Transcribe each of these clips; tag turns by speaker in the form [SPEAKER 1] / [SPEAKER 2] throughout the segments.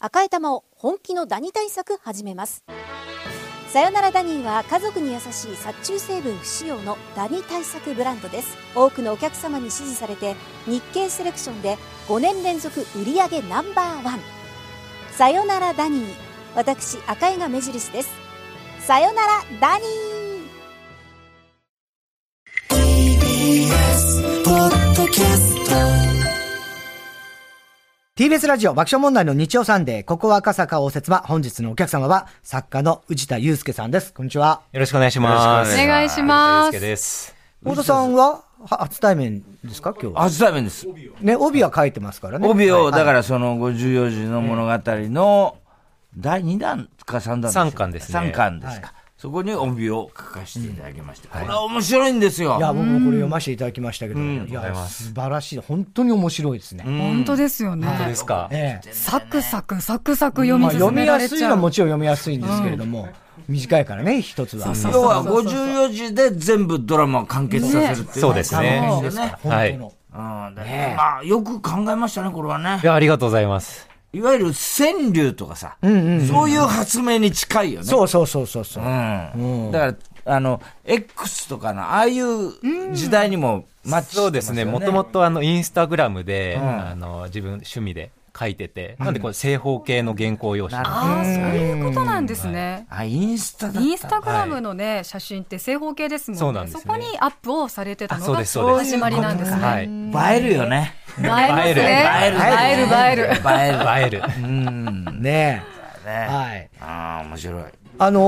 [SPEAKER 1] 赤い玉を本気のダニ対策始めますさよならダニーは家族に優しい殺虫成分不使用のダニ対策ブランドです多くのお客様に支持されて日経セレクションで5年連続売上ナンバーワンさよならダニー私赤井が目印ですさよならダニー
[SPEAKER 2] TBS ラジオ爆笑問題の日曜サンデー、ここは赤坂応接場、本日のお客様は、作家の宇治田祐介さんです。こんにちは。
[SPEAKER 3] よろしくお願いします。
[SPEAKER 4] よろしくお願いします
[SPEAKER 3] 藤田祐介です。
[SPEAKER 2] 太田さんは、は初対面ですか今日は。
[SPEAKER 5] 初対面です。
[SPEAKER 2] ね、帯は書いてますからね。
[SPEAKER 5] 帯を、だからその54時の物語の第2弾か3弾ですか
[SPEAKER 3] 三巻ですね
[SPEAKER 5] 三巻ですか。そこに帯を書かせていただきました。これは面白いんですよ
[SPEAKER 2] い。や、僕もこれ読ませていただきましたけど、い
[SPEAKER 3] ありがとうござい
[SPEAKER 2] や、
[SPEAKER 3] ます
[SPEAKER 2] 素晴らしい。本当に面白いですね。
[SPEAKER 4] 本当ですよね。
[SPEAKER 3] どうですか
[SPEAKER 2] ええ。
[SPEAKER 4] サクサク、サクサク読み
[SPEAKER 2] まあ、読
[SPEAKER 4] 進め
[SPEAKER 2] み
[SPEAKER 4] ら
[SPEAKER 2] や
[SPEAKER 4] れ
[SPEAKER 2] すい
[SPEAKER 4] ち
[SPEAKER 2] のは
[SPEAKER 4] ゃう
[SPEAKER 2] も。ちろん読みやすいんですけれども、短いからね、一つは。
[SPEAKER 4] そう
[SPEAKER 5] 要は54時で全部ドラマを完結させるっていうの
[SPEAKER 3] そ
[SPEAKER 5] が
[SPEAKER 3] うです
[SPEAKER 5] 楽し
[SPEAKER 3] ね
[SPEAKER 5] い。ですよね。
[SPEAKER 2] 本当の。
[SPEAKER 5] うんでまあ、よく考えましたね、これはね
[SPEAKER 3] い。や、ありがとうございます。
[SPEAKER 5] いわゆる川柳とかさ、そういう発明に近いよね。
[SPEAKER 2] そうそうそうそうそう。
[SPEAKER 5] うんだから、あの、X とかの、ああいう時代にもマッチしてますよ
[SPEAKER 3] そうですね。もともとあの、インスタグラムで、あの、自分趣味で書いてて、なんでこれ正方形の原稿用紙。
[SPEAKER 4] ああ、そういうことなんですね。
[SPEAKER 5] あ、インスタだった
[SPEAKER 4] インスタグラムのね、写真って正方形ですもんね。
[SPEAKER 3] そうなんですね
[SPEAKER 4] こにアップをされてたの
[SPEAKER 3] あそう
[SPEAKER 4] が
[SPEAKER 3] ですそうです
[SPEAKER 4] 始まりなんですね。
[SPEAKER 3] は
[SPEAKER 4] 映
[SPEAKER 3] い。映
[SPEAKER 5] 映えるよね。
[SPEAKER 4] えますね。
[SPEAKER 3] 映え
[SPEAKER 4] 映える、映える。
[SPEAKER 5] 映える。
[SPEAKER 3] える。
[SPEAKER 2] ね
[SPEAKER 5] ね
[SPEAKER 2] え。はい。
[SPEAKER 5] ああ、面白い。
[SPEAKER 2] あの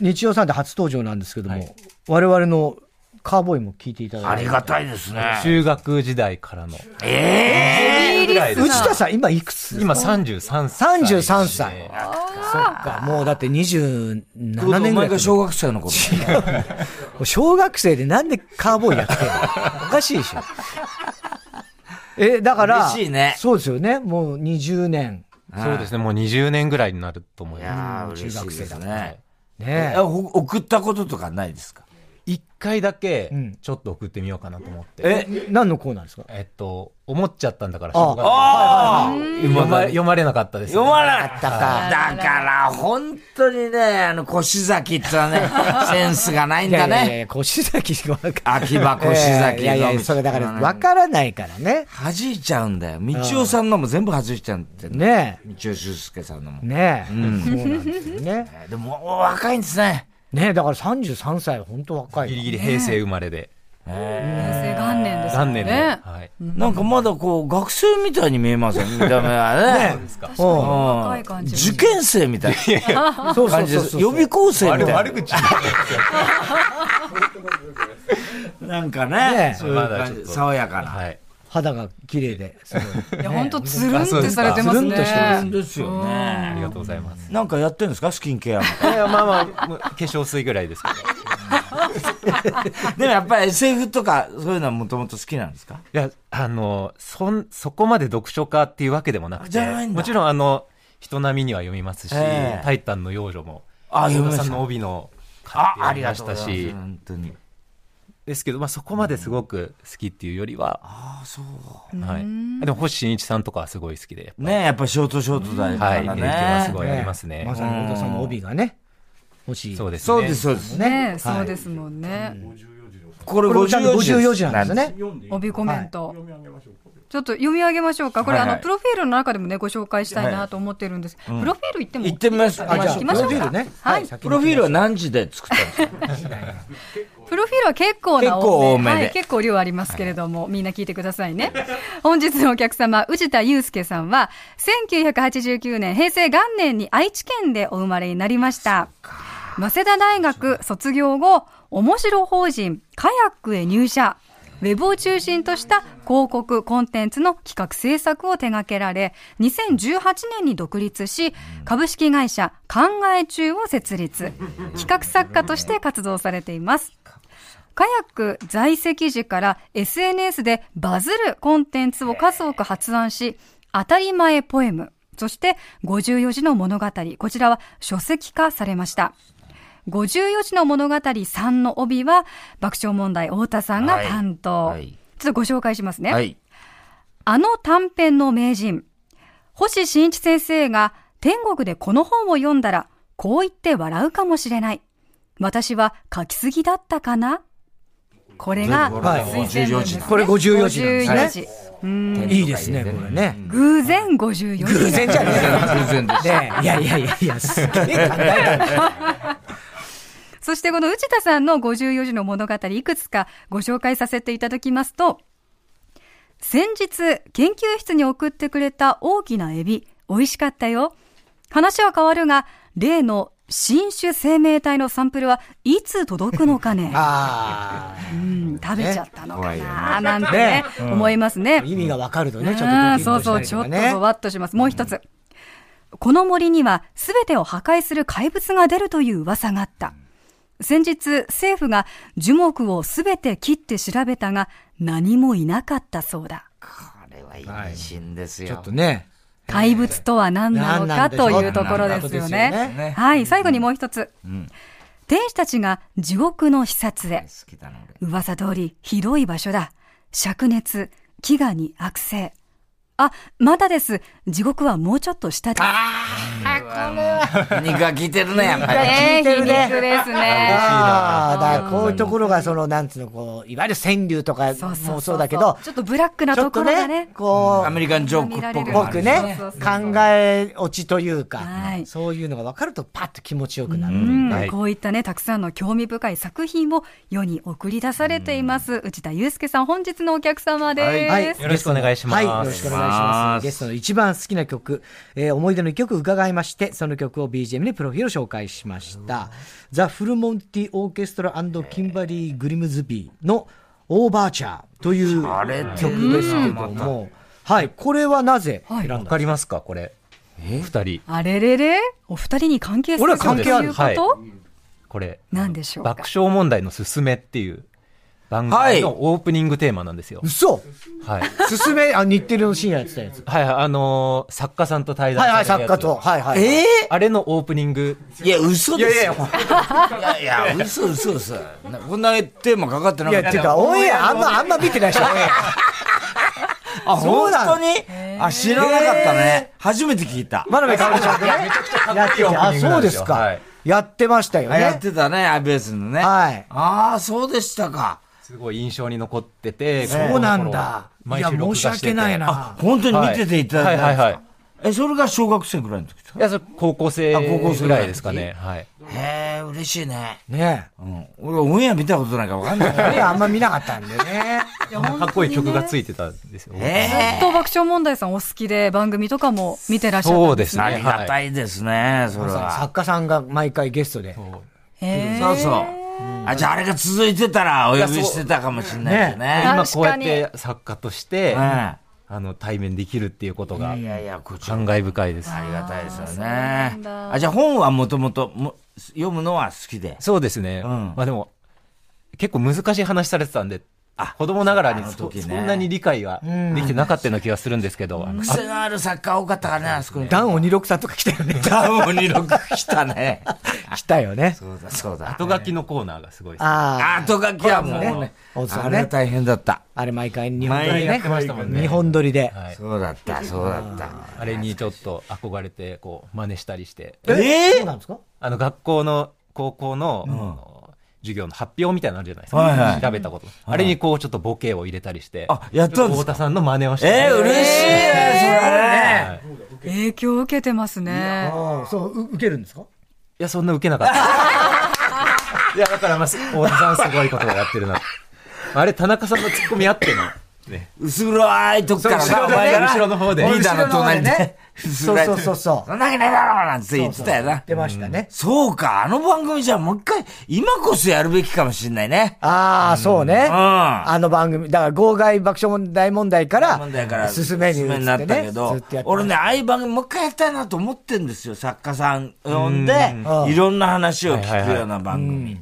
[SPEAKER 2] ー日曜さんで初登場なんですけども、我々のカーボーイも聞いていただ
[SPEAKER 5] あ
[SPEAKER 2] いて
[SPEAKER 5] り。がたいですね。
[SPEAKER 3] 中学時代からの。
[SPEAKER 4] ヘビーリス
[SPEAKER 2] 内
[SPEAKER 4] ナー
[SPEAKER 2] 田さん、今いくつ
[SPEAKER 3] 今33歳。
[SPEAKER 2] 33歳。そっか、もうだって27年ぐら
[SPEAKER 5] 前
[SPEAKER 2] いか小。
[SPEAKER 5] が小学生の頃。
[SPEAKER 2] 小学生でなんでカーボーイやって るのおかしいでしょ。え、だから、
[SPEAKER 5] 嬉しいね
[SPEAKER 2] そうですよね。もう20年。
[SPEAKER 3] そうですね。もう20年ぐらいになると思い
[SPEAKER 5] い
[SPEAKER 3] ま
[SPEAKER 5] やー嬉しいです
[SPEAKER 2] 中
[SPEAKER 5] ね。
[SPEAKER 2] ね
[SPEAKER 5] えほ送ったこととかないですか
[SPEAKER 3] す。一回だけ
[SPEAKER 2] ん、
[SPEAKER 3] ちょっと送ってみようかなと思って。
[SPEAKER 2] え。何のコーナーですか
[SPEAKER 3] えっと、思っちゃったんだから、
[SPEAKER 2] あ
[SPEAKER 3] 小学校
[SPEAKER 5] ああ
[SPEAKER 3] 読ま読まれなかったですね。
[SPEAKER 5] 読まなかったか。だから、本当にね、あの、腰崎ってのはね、センスがないんだ
[SPEAKER 2] いやいやい
[SPEAKER 5] ね。
[SPEAKER 2] や、腰崎が分か
[SPEAKER 5] 秋葉腰崎の
[SPEAKER 2] いやいやいや、それだから分からないからね。
[SPEAKER 5] 弾いちゃうんだよ。道夫さんのも全部弾いちゃうんだよね。
[SPEAKER 2] ね
[SPEAKER 5] 道夫修介さんのも
[SPEAKER 2] え。。ねえ。そうなんですよね。
[SPEAKER 5] えーでも、お若いんですね。
[SPEAKER 2] ねえ、だから33歳は本当若
[SPEAKER 3] ギリ
[SPEAKER 2] い。
[SPEAKER 3] ギリ平成生まれで。
[SPEAKER 4] 平成元年ですよ
[SPEAKER 3] 残
[SPEAKER 4] ね。
[SPEAKER 3] 念で。はい。
[SPEAKER 5] なんかまだこう、学生みたいに見えますよ、見た目はね。
[SPEAKER 2] うん
[SPEAKER 5] うん
[SPEAKER 4] 若い感じ
[SPEAKER 5] 受験生みたい
[SPEAKER 2] そう
[SPEAKER 5] な
[SPEAKER 2] そう
[SPEAKER 5] 感じ
[SPEAKER 2] そう
[SPEAKER 5] です。
[SPEAKER 2] そう。
[SPEAKER 5] 予備校生みたい
[SPEAKER 3] 口
[SPEAKER 5] な。なんか
[SPEAKER 2] ね
[SPEAKER 5] ね、そういう感じ爽やかな。
[SPEAKER 3] はい。
[SPEAKER 2] 肌が綺麗で、すごい。
[SPEAKER 4] いや、ほんとつるんってされて
[SPEAKER 2] あそうですかつ
[SPEAKER 4] ますね。
[SPEAKER 2] るんとしてま
[SPEAKER 5] ですよ
[SPEAKER 3] あ
[SPEAKER 5] ね。
[SPEAKER 3] りがとうございます。
[SPEAKER 5] なんかやってんですかスキンケアも。
[SPEAKER 3] いや、まあまあ、もう化粧水ぐらいですけど。い
[SPEAKER 5] でもやっぱり SF とか、そういうのはもともと好きなんですか
[SPEAKER 3] や、あの、そん、そこまで読書家っていうわけでもなく
[SPEAKER 5] じ
[SPEAKER 3] て
[SPEAKER 5] ゃない、んだ
[SPEAKER 3] もちろんあの、人並みには読みますし、
[SPEAKER 5] ええ
[SPEAKER 3] タイタンの幼女も、
[SPEAKER 5] あ読みました
[SPEAKER 3] さんの帯の、
[SPEAKER 5] あ、あ
[SPEAKER 3] 買っ
[SPEAKER 5] り
[SPEAKER 3] て
[SPEAKER 5] が
[SPEAKER 3] ま
[SPEAKER 5] と
[SPEAKER 3] し
[SPEAKER 5] う
[SPEAKER 3] た
[SPEAKER 5] ござ
[SPEAKER 3] し
[SPEAKER 5] います。、本当に。
[SPEAKER 3] ですけど、まあそこまですごく好きっていうよりは、ああ、そう。はい。でも、星新一さんとかはすごい好きで、
[SPEAKER 5] ねえやっぱショートショートだよ
[SPEAKER 3] はい。
[SPEAKER 5] ね。
[SPEAKER 3] 影響はすごいありますね。
[SPEAKER 2] まさに太田さんの帯がね、欲しい。
[SPEAKER 3] そうですね。
[SPEAKER 5] そうです、そうです。
[SPEAKER 4] ね、そうですもんね。
[SPEAKER 5] これ
[SPEAKER 2] これもちゃんと54
[SPEAKER 5] 54
[SPEAKER 2] 時
[SPEAKER 5] 時
[SPEAKER 2] なんですね。
[SPEAKER 4] 帯コメント、ちょっと読み上げましょうか。これ、
[SPEAKER 5] はいはい
[SPEAKER 4] あの、プロフィールの中でもね、ご紹介したいなと思ってるんです。プロフィール言っても
[SPEAKER 5] 行ってみます
[SPEAKER 4] あじゃあ行きましょう
[SPEAKER 2] プロフィ
[SPEAKER 4] か。
[SPEAKER 2] ールね
[SPEAKER 4] は
[SPEAKER 2] はい
[SPEAKER 4] い。
[SPEAKER 5] プロフィールは何時で作ったんですか
[SPEAKER 4] プロフィールは結構な
[SPEAKER 5] 結構多めで
[SPEAKER 4] はい、結構量ありますけれども、みんな聞いてくださいね。 本日のお客様、宇治田祐介さんは、1989年、平成元年に愛知県でお生まれになりました。早稲田大学卒業後、面白法人、カヤックへ入社。ウェブを中心とした広告コンテンツの企画制作を手掛けられ、2018年に独立し、株式会社考え中を設立、企画作家として活動されています。カヤック在籍時から SNS でバズるコンテンツを数多く発案し、当たり前ポエム、そして54字の物語、こちらは書籍化されました。54字の物語3の帯は爆笑問題太田さんが担当。
[SPEAKER 5] はいはい
[SPEAKER 4] ちょっとご紹介しますね。
[SPEAKER 5] はい。
[SPEAKER 4] あの短編の名人、星新一先生が天国でこの本を読んだら、こう言って笑うかもしれない。私は書きすぎだったかなこれが、
[SPEAKER 2] はい
[SPEAKER 4] 推薦文ですね
[SPEAKER 2] これ54字なんですね
[SPEAKER 4] 54字うん
[SPEAKER 2] いいですね、これね。
[SPEAKER 4] 偶然54字。
[SPEAKER 2] 偶然じゃね
[SPEAKER 5] 偶然で
[SPEAKER 2] えよ。ねえいやいやいやいや、すげえ考えたね。
[SPEAKER 4] そしてこの内田さんの54字の物語いくつかご紹介させていただきますと、先日研究室に送ってくれた大きなエビ、美味しかったよ。話は変わるが、例の新種生命体のサンプルはいつ届くのかね
[SPEAKER 2] あ
[SPEAKER 4] うん、食べちゃったのか
[SPEAKER 5] ね
[SPEAKER 4] な、なんてね、思います
[SPEAKER 2] あ。。
[SPEAKER 4] ね
[SPEAKER 2] 意味がわかるとね、ちょっと
[SPEAKER 4] あ
[SPEAKER 2] ド
[SPEAKER 4] あ
[SPEAKER 2] キ
[SPEAKER 4] そ
[SPEAKER 2] ッとし
[SPEAKER 4] うそ
[SPEAKER 2] た
[SPEAKER 4] う、
[SPEAKER 2] り
[SPEAKER 4] ち
[SPEAKER 2] と
[SPEAKER 4] ょ
[SPEAKER 2] か
[SPEAKER 4] っ
[SPEAKER 2] ね。
[SPEAKER 4] とゾワッとします。もう一つ。この森には全てを破壊する怪物が出るという噂があった。先日、政府が樹木を全て切って調べたが、何もいなかったそうだ。
[SPEAKER 5] あれは意味深ですよ。
[SPEAKER 2] ちょっとね。
[SPEAKER 4] 怪物とは何な
[SPEAKER 2] 何
[SPEAKER 4] のか
[SPEAKER 2] な
[SPEAKER 4] と
[SPEAKER 2] んでしょう
[SPEAKER 4] いうところですよ
[SPEAKER 2] 何なんでしょう
[SPEAKER 4] ね
[SPEAKER 5] ね。
[SPEAKER 4] はい、最後にもう一つ。天使たちが地獄の視察へ
[SPEAKER 5] 好。きだな俺。
[SPEAKER 4] 噂通り、ひどい場所だ。灼熱、飢餓に悪性。あ、まだです。地獄はもうちょっと下です。
[SPEAKER 5] 肉が効いてるね、やっぱり。
[SPEAKER 4] ねえ、
[SPEAKER 2] 聞いてるね
[SPEAKER 4] 皮肉ですね。
[SPEAKER 2] ああ、だからこういうところが、その、なんつうの、こう、いわゆる川柳とか
[SPEAKER 4] そうそう
[SPEAKER 2] もそうだけど、
[SPEAKER 4] ちょっとブラックな
[SPEAKER 2] ちょ
[SPEAKER 4] と
[SPEAKER 2] っ
[SPEAKER 4] こ
[SPEAKER 2] と
[SPEAKER 4] ろがね
[SPEAKER 2] ね、。こ
[SPEAKER 5] アメリカンジョークっぽくもあ
[SPEAKER 2] う、
[SPEAKER 5] る
[SPEAKER 2] く
[SPEAKER 5] し。
[SPEAKER 2] ね
[SPEAKER 4] そうそう、そう
[SPEAKER 2] 考え落ちという
[SPEAKER 4] は
[SPEAKER 2] か
[SPEAKER 4] い、
[SPEAKER 2] そういうのが分かると、パッと気持ちよくな
[SPEAKER 4] う
[SPEAKER 2] る。
[SPEAKER 4] ん
[SPEAKER 3] はい
[SPEAKER 4] こういったね、たくさんの興味深い作品を世に送り出されています。内田祐介さん、本日のお客様です。
[SPEAKER 3] よろしくお願いしま
[SPEAKER 2] は
[SPEAKER 3] す
[SPEAKER 2] い、よろしくお願いします。ゲストの一番好きな曲、えー思い出の一曲伺いまして、その曲を BGM にプロフィールを紹介しました。ザ・フルモンティ・オーケストラキンバリー・グリムズビーのオーバーチャーという曲ですけども、はい、これはなぜ選んだん
[SPEAKER 3] わ
[SPEAKER 2] です
[SPEAKER 3] かりますかこれ。二人。
[SPEAKER 4] あれれれお二人に関係する
[SPEAKER 2] 俺は関係ある
[SPEAKER 4] ということ、
[SPEAKER 3] これ。
[SPEAKER 4] なんでしょうか
[SPEAKER 3] 爆笑問題のすすめっていう番組のオープニングテーマなんですよ。
[SPEAKER 2] 嘘
[SPEAKER 3] はい。
[SPEAKER 2] 進め、あ、日テレの深夜やってたやつ。
[SPEAKER 3] はいはい、あのー作家さんと対談
[SPEAKER 2] はいはい、
[SPEAKER 3] され
[SPEAKER 2] 作
[SPEAKER 3] た
[SPEAKER 2] 家
[SPEAKER 3] やつ
[SPEAKER 2] と。。はいはい。
[SPEAKER 5] え
[SPEAKER 3] あれのオープニング。
[SPEAKER 5] ーいや、嘘ですよ。いやいや、
[SPEAKER 3] ほん
[SPEAKER 5] いやいや、嘘嘘嘘。なこんなテーマかかってないか
[SPEAKER 2] や、
[SPEAKER 5] っ
[SPEAKER 2] て
[SPEAKER 5] た
[SPEAKER 2] か、オンエアあんま、あんま見てないでしょ、オンエア。
[SPEAKER 5] あ、
[SPEAKER 2] そう
[SPEAKER 5] 本
[SPEAKER 2] なの
[SPEAKER 5] 当にあ、知らなかったね。初めて聞いた。
[SPEAKER 2] 真鍋かおりちゃんとね。やっててあ、そうです
[SPEAKER 3] は
[SPEAKER 2] か
[SPEAKER 3] い。
[SPEAKER 2] やってましたよ
[SPEAKER 5] あやっ
[SPEAKER 2] ね。
[SPEAKER 5] てたね、アイベースのね。
[SPEAKER 2] はい
[SPEAKER 5] ああ、そうでしたか。
[SPEAKER 3] すごい印象に残ってて。
[SPEAKER 2] そうなんだ
[SPEAKER 3] この頃毎週録画してて
[SPEAKER 2] いや申し訳ないな
[SPEAKER 3] あ
[SPEAKER 5] 本当に見てていただいた
[SPEAKER 3] は
[SPEAKER 5] んで
[SPEAKER 3] い
[SPEAKER 5] すか
[SPEAKER 3] はいはいはい
[SPEAKER 5] え、それが小学生ぐらいの時
[SPEAKER 3] いや、それ高校生
[SPEAKER 5] あ高校生
[SPEAKER 3] ぐらいですかね。はい。
[SPEAKER 5] へえ、嬉しいね。
[SPEAKER 2] ね
[SPEAKER 5] うん。俺、オンエア見たことないからわかんない。
[SPEAKER 2] え。オンエアあんま見なかったんでね。
[SPEAKER 3] かっこいい曲がついてたんですよ。
[SPEAKER 5] ええ
[SPEAKER 4] と爆笑問題さんお好きで番組とかも見てらっしゃった
[SPEAKER 3] そ
[SPEAKER 4] ん
[SPEAKER 3] う
[SPEAKER 4] で
[SPEAKER 3] ですす
[SPEAKER 5] あ
[SPEAKER 3] ね。
[SPEAKER 5] りが
[SPEAKER 3] は
[SPEAKER 5] た
[SPEAKER 3] い。
[SPEAKER 5] いですね、それは。
[SPEAKER 2] 作家さんが毎回ゲストで。
[SPEAKER 4] へー
[SPEAKER 5] そうそう。あ、じゃああれが続いてたらお呼びしてたかもしれないです
[SPEAKER 4] いや
[SPEAKER 5] ね。
[SPEAKER 3] 今こうやっ
[SPEAKER 4] 確
[SPEAKER 3] て作家として、
[SPEAKER 5] うん
[SPEAKER 3] あの、対面できるっていうことが
[SPEAKER 5] いやいや、こちら
[SPEAKER 3] 感
[SPEAKER 5] も
[SPEAKER 3] 慨深いです。
[SPEAKER 5] ありがたいですよ
[SPEAKER 4] ん
[SPEAKER 5] ね。
[SPEAKER 4] だ
[SPEAKER 5] あ、じゃあ本はもともと読むのは好きで。
[SPEAKER 3] そうですね。
[SPEAKER 5] うん
[SPEAKER 3] まあでも、結構難しい話されてたんで、子供ながらに
[SPEAKER 5] あの
[SPEAKER 3] そ,、
[SPEAKER 5] 時ね
[SPEAKER 3] んなに理解ができてなかったような気がするんですけど、あ
[SPEAKER 5] 癖のある作家多かったからね、あそこに。
[SPEAKER 2] ダン鬼六さんとか来たよね。
[SPEAKER 5] ダウンに録来たね。
[SPEAKER 2] 来たよね。
[SPEAKER 5] そうだ、そうだ。
[SPEAKER 3] 後書きのコーナーがすごいです。
[SPEAKER 2] あ
[SPEAKER 5] あとがきはもうね。
[SPEAKER 2] そうね
[SPEAKER 5] あれは大変だった。
[SPEAKER 2] あ。あれ毎回日本撮り
[SPEAKER 5] 毎回や
[SPEAKER 2] ね
[SPEAKER 5] ってましたもん。ね
[SPEAKER 2] 日本撮りで。
[SPEAKER 3] はい
[SPEAKER 5] そうだった、そうだった。
[SPEAKER 3] あれにちょっと憧れて、こう、真似したりして、
[SPEAKER 5] え
[SPEAKER 2] そうなんですか
[SPEAKER 3] あの、学校の、高校の、あの授業の発表みたいなのあるじゃないですか。
[SPEAKER 5] はいはい
[SPEAKER 3] 調べたこと。あれにこう、ちょっとボケを入れたりして、
[SPEAKER 5] あやったんですか
[SPEAKER 3] 太田さんの真似をして。
[SPEAKER 5] えー、嬉しいね、それね。
[SPEAKER 3] はい
[SPEAKER 4] 影響を受けてますね。
[SPEAKER 2] ああ、そう、う受けるんですか
[SPEAKER 3] いや、そんな受けなかった。いや、だから、まあ、す大田さんすごいことをやってるな。あれ、田中さんのツッコミあっての。ね、
[SPEAKER 5] 薄暗いとこから
[SPEAKER 3] そう後ろでね後ろの方で
[SPEAKER 5] リーダー
[SPEAKER 2] 後
[SPEAKER 5] の隣
[SPEAKER 2] ろの方でね
[SPEAKER 5] で。
[SPEAKER 2] そうそうそうそう
[SPEAKER 5] そんなわけないだろうなんて言ってたよ
[SPEAKER 2] 言
[SPEAKER 5] な
[SPEAKER 2] っ。てましたね。
[SPEAKER 5] そうか、あの番組じゃもう一回、今こそやるべきかもしんないね。
[SPEAKER 2] ああ、そうね。
[SPEAKER 5] うん
[SPEAKER 2] あの番組。だから、号外爆笑問題問題から、
[SPEAKER 5] 問題から
[SPEAKER 2] 進めに移ってね
[SPEAKER 5] になったけど、
[SPEAKER 2] ずっとやってました
[SPEAKER 5] 俺ね、ああいう番組もう一回やりたいなと思ってんですよ。作家さん呼んで、
[SPEAKER 2] うん
[SPEAKER 5] いろんな話を
[SPEAKER 3] はい
[SPEAKER 5] 聞
[SPEAKER 3] は
[SPEAKER 5] く
[SPEAKER 3] いはい
[SPEAKER 5] ような番組。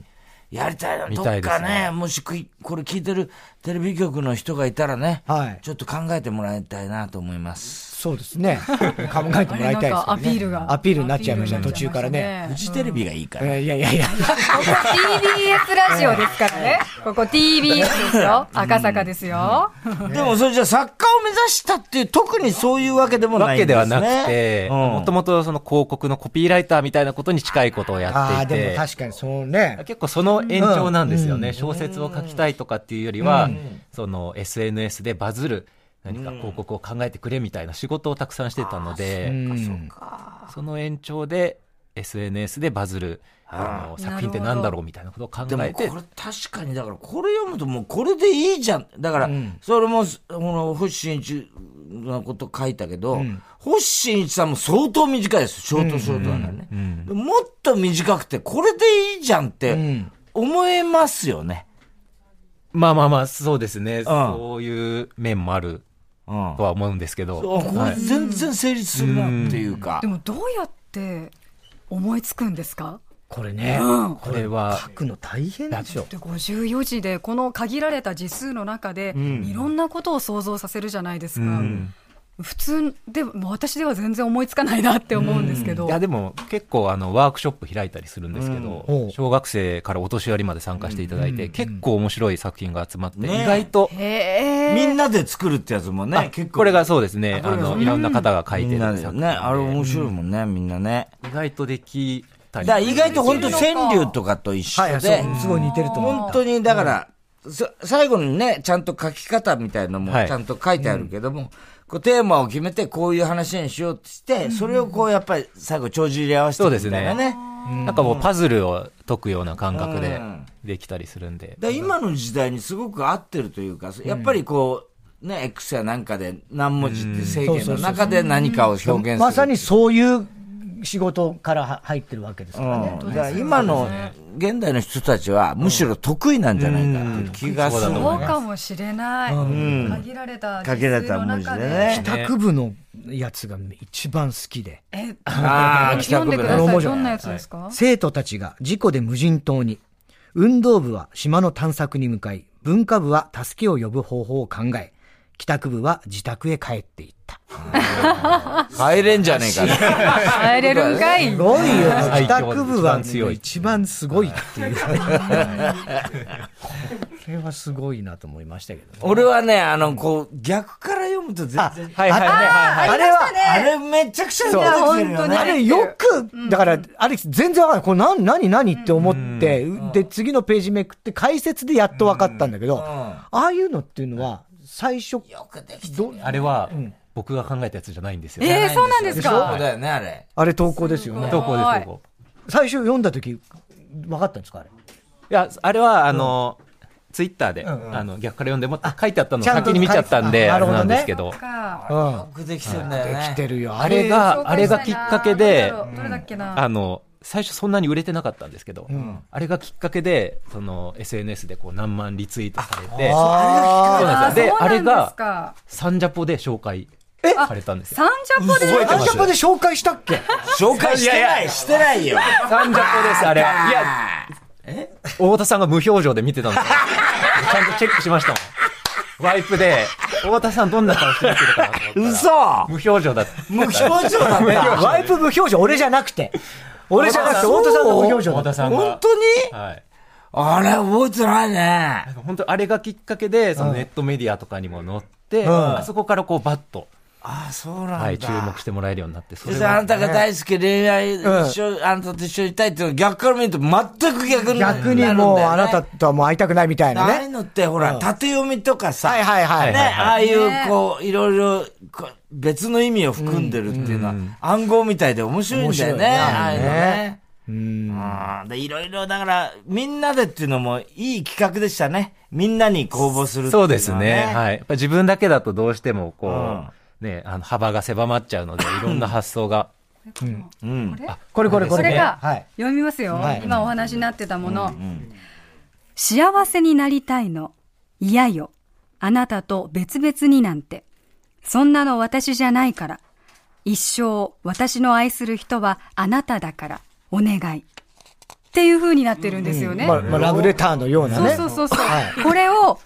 [SPEAKER 5] やりたいな、
[SPEAKER 3] 見
[SPEAKER 5] ど
[SPEAKER 3] た
[SPEAKER 5] っ
[SPEAKER 3] いで
[SPEAKER 5] か
[SPEAKER 3] すね
[SPEAKER 5] ね、もしくいこれ聞いてるテレビ局の人がいたらね、
[SPEAKER 2] はい
[SPEAKER 5] ちょっと考えてもらいたいなと思います。
[SPEAKER 2] そうですね。考えてもらいたいですよね。
[SPEAKER 4] あれなんかアピールが
[SPEAKER 2] アピールになっちゃいました、
[SPEAKER 4] アピ
[SPEAKER 2] 途
[SPEAKER 4] ールになっちゃいましたね
[SPEAKER 2] 中からね。
[SPEAKER 5] フジテレビがいいから。
[SPEAKER 2] えーいやいやいや。
[SPEAKER 4] TBS ラジオですからね。 ここ TBS ですよ。赤坂ですよ。
[SPEAKER 5] でもそれじゃあ作家を目指したっていう、特にそういうわけでもな
[SPEAKER 3] わ
[SPEAKER 5] い
[SPEAKER 3] け
[SPEAKER 5] んで
[SPEAKER 3] ですは
[SPEAKER 5] ね。
[SPEAKER 3] なくて、
[SPEAKER 5] うん
[SPEAKER 3] もともとその広告のコピーライターみたいなことに近いことをや
[SPEAKER 2] あ
[SPEAKER 3] っ
[SPEAKER 2] あ、
[SPEAKER 3] てい
[SPEAKER 2] でも
[SPEAKER 3] て、
[SPEAKER 2] 確かにそのね。
[SPEAKER 3] 結構その延長なんですよね、小説を書きたいとかっていうよりは、その SNS でバズる何か広告を考えてくれみたいな仕事をたくさんしてたので、
[SPEAKER 2] うん
[SPEAKER 3] その延長で SNS でバズるあの作品ってなんだろうみたいなことを考
[SPEAKER 5] でも
[SPEAKER 3] え
[SPEAKER 5] こ
[SPEAKER 3] て
[SPEAKER 5] れ確かに、だからこれ読むともうこれでいいじゃん。だから、それも、この星新一のこと書いたけど、星新一さんも相当短いです。ショートショートだからね。でもっと短くて、これでいいじゃんって思えますよね。
[SPEAKER 3] まあまあまあそうですね、そういう面もある
[SPEAKER 5] うん。
[SPEAKER 3] とは思うんですけ
[SPEAKER 5] あ
[SPEAKER 3] ど、
[SPEAKER 5] これ全然成立するなっていうか
[SPEAKER 4] で。もどうやって思いつくんですか
[SPEAKER 2] これね。
[SPEAKER 3] これは
[SPEAKER 2] 書くの大変でしょ。
[SPEAKER 4] で54時でこの限られた字数の中でいろんなことを想像させるじゃないですか、普通でもう私では全然思いつかないなって思うんですけど、
[SPEAKER 3] いやでも結構あのワークショップ開いたりするんですけど、
[SPEAKER 2] うんほう
[SPEAKER 3] 小学生からお年寄りまで参加していただいて、結構面白い作品が集まって、意外と、
[SPEAKER 4] へえ
[SPEAKER 5] みんなで作るってやつもね、結構。
[SPEAKER 3] これがそうですね、
[SPEAKER 5] こ
[SPEAKER 3] あ
[SPEAKER 5] れが
[SPEAKER 3] の、いろんな方が書い
[SPEAKER 5] み
[SPEAKER 3] て
[SPEAKER 5] ん
[SPEAKER 3] る
[SPEAKER 5] な
[SPEAKER 3] 作
[SPEAKER 5] で
[SPEAKER 3] 品で
[SPEAKER 5] ね、あれ面白いもんね、みんなね。
[SPEAKER 3] 意外とできた
[SPEAKER 5] だ
[SPEAKER 3] り
[SPEAKER 5] から意外と本当川柳とかと一
[SPEAKER 2] はい
[SPEAKER 5] 緒
[SPEAKER 2] はい、
[SPEAKER 5] で
[SPEAKER 2] そう、すごい似てると思
[SPEAKER 5] 本
[SPEAKER 2] う。
[SPEAKER 5] 当にだから、そ最後にね、ちゃんと書き方みたいのも
[SPEAKER 3] はい
[SPEAKER 5] ちゃんと書いてあるけども、こうテーマを決めてこういう話にしようとして、それをこうやっぱり最後帳尻合わせてみたいな
[SPEAKER 3] そうで
[SPEAKER 5] ね。
[SPEAKER 3] なんかもうパズルを解くような感覚で
[SPEAKER 5] うん
[SPEAKER 3] できたりするんで、
[SPEAKER 5] だから今の時代にすごく合ってるというか、やっぱりこう、ね、X やなんかで何文字って制限の中で何かを表現する。
[SPEAKER 2] まさにそういう仕事からは入ってるわけですからね。
[SPEAKER 5] うんだから今の現代の人たちはむしろ得意なんじゃないかっていう気がする
[SPEAKER 4] そ
[SPEAKER 5] の
[SPEAKER 4] う
[SPEAKER 5] ね。
[SPEAKER 4] かもしれない、限られた字
[SPEAKER 5] 限ら
[SPEAKER 4] 数
[SPEAKER 5] れた
[SPEAKER 4] の
[SPEAKER 5] 文字
[SPEAKER 4] 中
[SPEAKER 5] で
[SPEAKER 4] で
[SPEAKER 5] ね。
[SPEAKER 2] 宅部のやつが一番好きで。
[SPEAKER 4] え
[SPEAKER 5] あ あ、
[SPEAKER 4] 読んでくだ
[SPEAKER 2] ロー
[SPEAKER 4] さ
[SPEAKER 2] モ
[SPEAKER 4] い
[SPEAKER 2] ジョン
[SPEAKER 4] どんなやつですか、
[SPEAKER 2] 生徒たちが事故で無人島に、運動部は島の探索に向かい、文化部は助けを呼ぶ方法を考え、帰宅部は自宅へ帰っていった。
[SPEAKER 5] 入れんじゃねえかって。
[SPEAKER 4] 入れるんかい
[SPEAKER 2] すごいよね。帰
[SPEAKER 3] 最強
[SPEAKER 2] 宅
[SPEAKER 3] です
[SPEAKER 2] 部は
[SPEAKER 3] 一番強い
[SPEAKER 2] 一番すごいっていう。これはすごいなと思いましたけどね。
[SPEAKER 5] 俺はね、あの、こう、逆から読むと全然。
[SPEAKER 3] はいはいはいはい
[SPEAKER 2] あれは、
[SPEAKER 5] あれめちゃくちゃ似合ってるよ
[SPEAKER 4] いや本当に
[SPEAKER 5] ね。
[SPEAKER 2] あれよく、だから、あれ全然わかんない。これ何、何、何って思って、で、次のページめくって解説でやっとわかったんだけど、ああいうのっていうのは、最初、
[SPEAKER 5] よくできて
[SPEAKER 2] ど
[SPEAKER 5] る。
[SPEAKER 3] あれは僕が考えたやつじゃないんですよ。
[SPEAKER 4] えー、そうなんです
[SPEAKER 5] そう
[SPEAKER 4] か
[SPEAKER 5] だよね、あれ。
[SPEAKER 2] あれ投稿ですよね。
[SPEAKER 3] どこです
[SPEAKER 4] はい
[SPEAKER 3] どこ
[SPEAKER 2] 最初読んだ時分かったんですかあれ。
[SPEAKER 3] いや、あれは、あの、ツイッターで、あの、逆から読んでも、書いてあったのを
[SPEAKER 2] ちゃんと
[SPEAKER 3] 先に見ちゃったん
[SPEAKER 2] 書
[SPEAKER 3] で、
[SPEAKER 2] い
[SPEAKER 3] あ
[SPEAKER 2] て
[SPEAKER 3] れ
[SPEAKER 2] あ
[SPEAKER 3] なんですけ
[SPEAKER 2] なる
[SPEAKER 3] ど、
[SPEAKER 4] か
[SPEAKER 2] うん。
[SPEAKER 5] よくできてるんだよね。
[SPEAKER 2] 来てるよ。あ
[SPEAKER 3] あ
[SPEAKER 2] れ
[SPEAKER 3] れ
[SPEAKER 2] が、
[SPEAKER 3] が、
[SPEAKER 4] 紹介したいな
[SPEAKER 3] あれがきっかけで、
[SPEAKER 4] どれだろうどれだっけな、
[SPEAKER 3] あの、最初そんなに売れてなかったんですけど、あれがきっかけで、その、SNS でこう何万リツイートされて、そう
[SPEAKER 4] あ
[SPEAKER 3] なんですよ。で、
[SPEAKER 4] そう
[SPEAKER 3] あれ
[SPEAKER 4] なんで
[SPEAKER 3] が、
[SPEAKER 4] すか
[SPEAKER 3] サンジャポで紹介されたんですよ。
[SPEAKER 4] サンジャポで
[SPEAKER 2] アンジャパで紹介したっけ
[SPEAKER 5] 紹介してない、してないよ。
[SPEAKER 3] サンジャポです、あれ。いや、太田さんが無表情で見てたんですよ。ちゃんとチェックしましたもん。ワイプで、太田さんどんな顔して見てるかなと思ったら
[SPEAKER 5] 嘘
[SPEAKER 3] 無表情だった。
[SPEAKER 5] 無表情だった。
[SPEAKER 2] ワイプ無表情、俺じゃなくて。俺じゃなくて、
[SPEAKER 5] そう
[SPEAKER 2] 太田さんの無表情
[SPEAKER 3] 太
[SPEAKER 2] だ
[SPEAKER 3] 田
[SPEAKER 2] っ
[SPEAKER 3] さんが。
[SPEAKER 5] 本当に
[SPEAKER 3] はい。
[SPEAKER 5] あれ、覚えてないね。
[SPEAKER 3] 本当あれがきっかけで、そのネットメディアとかにも載って、
[SPEAKER 2] ん
[SPEAKER 3] あそこからこうバッと、
[SPEAKER 5] ああ、そうなんだ。
[SPEAKER 3] はい、注目してもらえるようになって、そ
[SPEAKER 5] そし
[SPEAKER 3] れ
[SPEAKER 5] てあ
[SPEAKER 3] は
[SPEAKER 5] なたが大好き恋愛
[SPEAKER 2] ん
[SPEAKER 5] 一緒、あなたと一緒にいたいっていうのを逆から見ると全く逆
[SPEAKER 2] た。
[SPEAKER 5] になるんだ
[SPEAKER 2] 逆
[SPEAKER 5] よね。
[SPEAKER 2] にもう、あなたとはもう会いたくないみたい
[SPEAKER 5] あ
[SPEAKER 2] な
[SPEAKER 5] あいう
[SPEAKER 2] ね。
[SPEAKER 5] のってほら、縦読みとかさ、
[SPEAKER 2] はいはいはい
[SPEAKER 5] ね、
[SPEAKER 3] はい
[SPEAKER 5] ああい
[SPEAKER 4] ね
[SPEAKER 5] うこう、いろいろこう別の意味を含んでるっていうのは、暗号みたいで面白いんだよね、ああいうのね。うんでいろいろ、だから、みんなでっていうのもいい企画でしたね。みんなに公募するっていの
[SPEAKER 3] そ
[SPEAKER 5] は
[SPEAKER 3] うですね。はい。やっぱ自分だけだとどうしても、こう、ね、あの、幅が狭まっちゃうので、いろんな発想が。
[SPEAKER 5] うん
[SPEAKER 4] これ
[SPEAKER 2] これこれこ
[SPEAKER 4] こ
[SPEAKER 2] れね。
[SPEAKER 4] れが、
[SPEAKER 2] はい。
[SPEAKER 4] 読みますよ、
[SPEAKER 2] はい
[SPEAKER 4] 今お話になってたもの、幸せになりたいの嫌よあなたと別々になんてそんなの私じゃないから一生私の愛する人はあなただからお願いっていう風になってるんですよね、
[SPEAKER 2] まあ、まあ、ラブレターのようなね。
[SPEAKER 4] そうそうそうそう、これを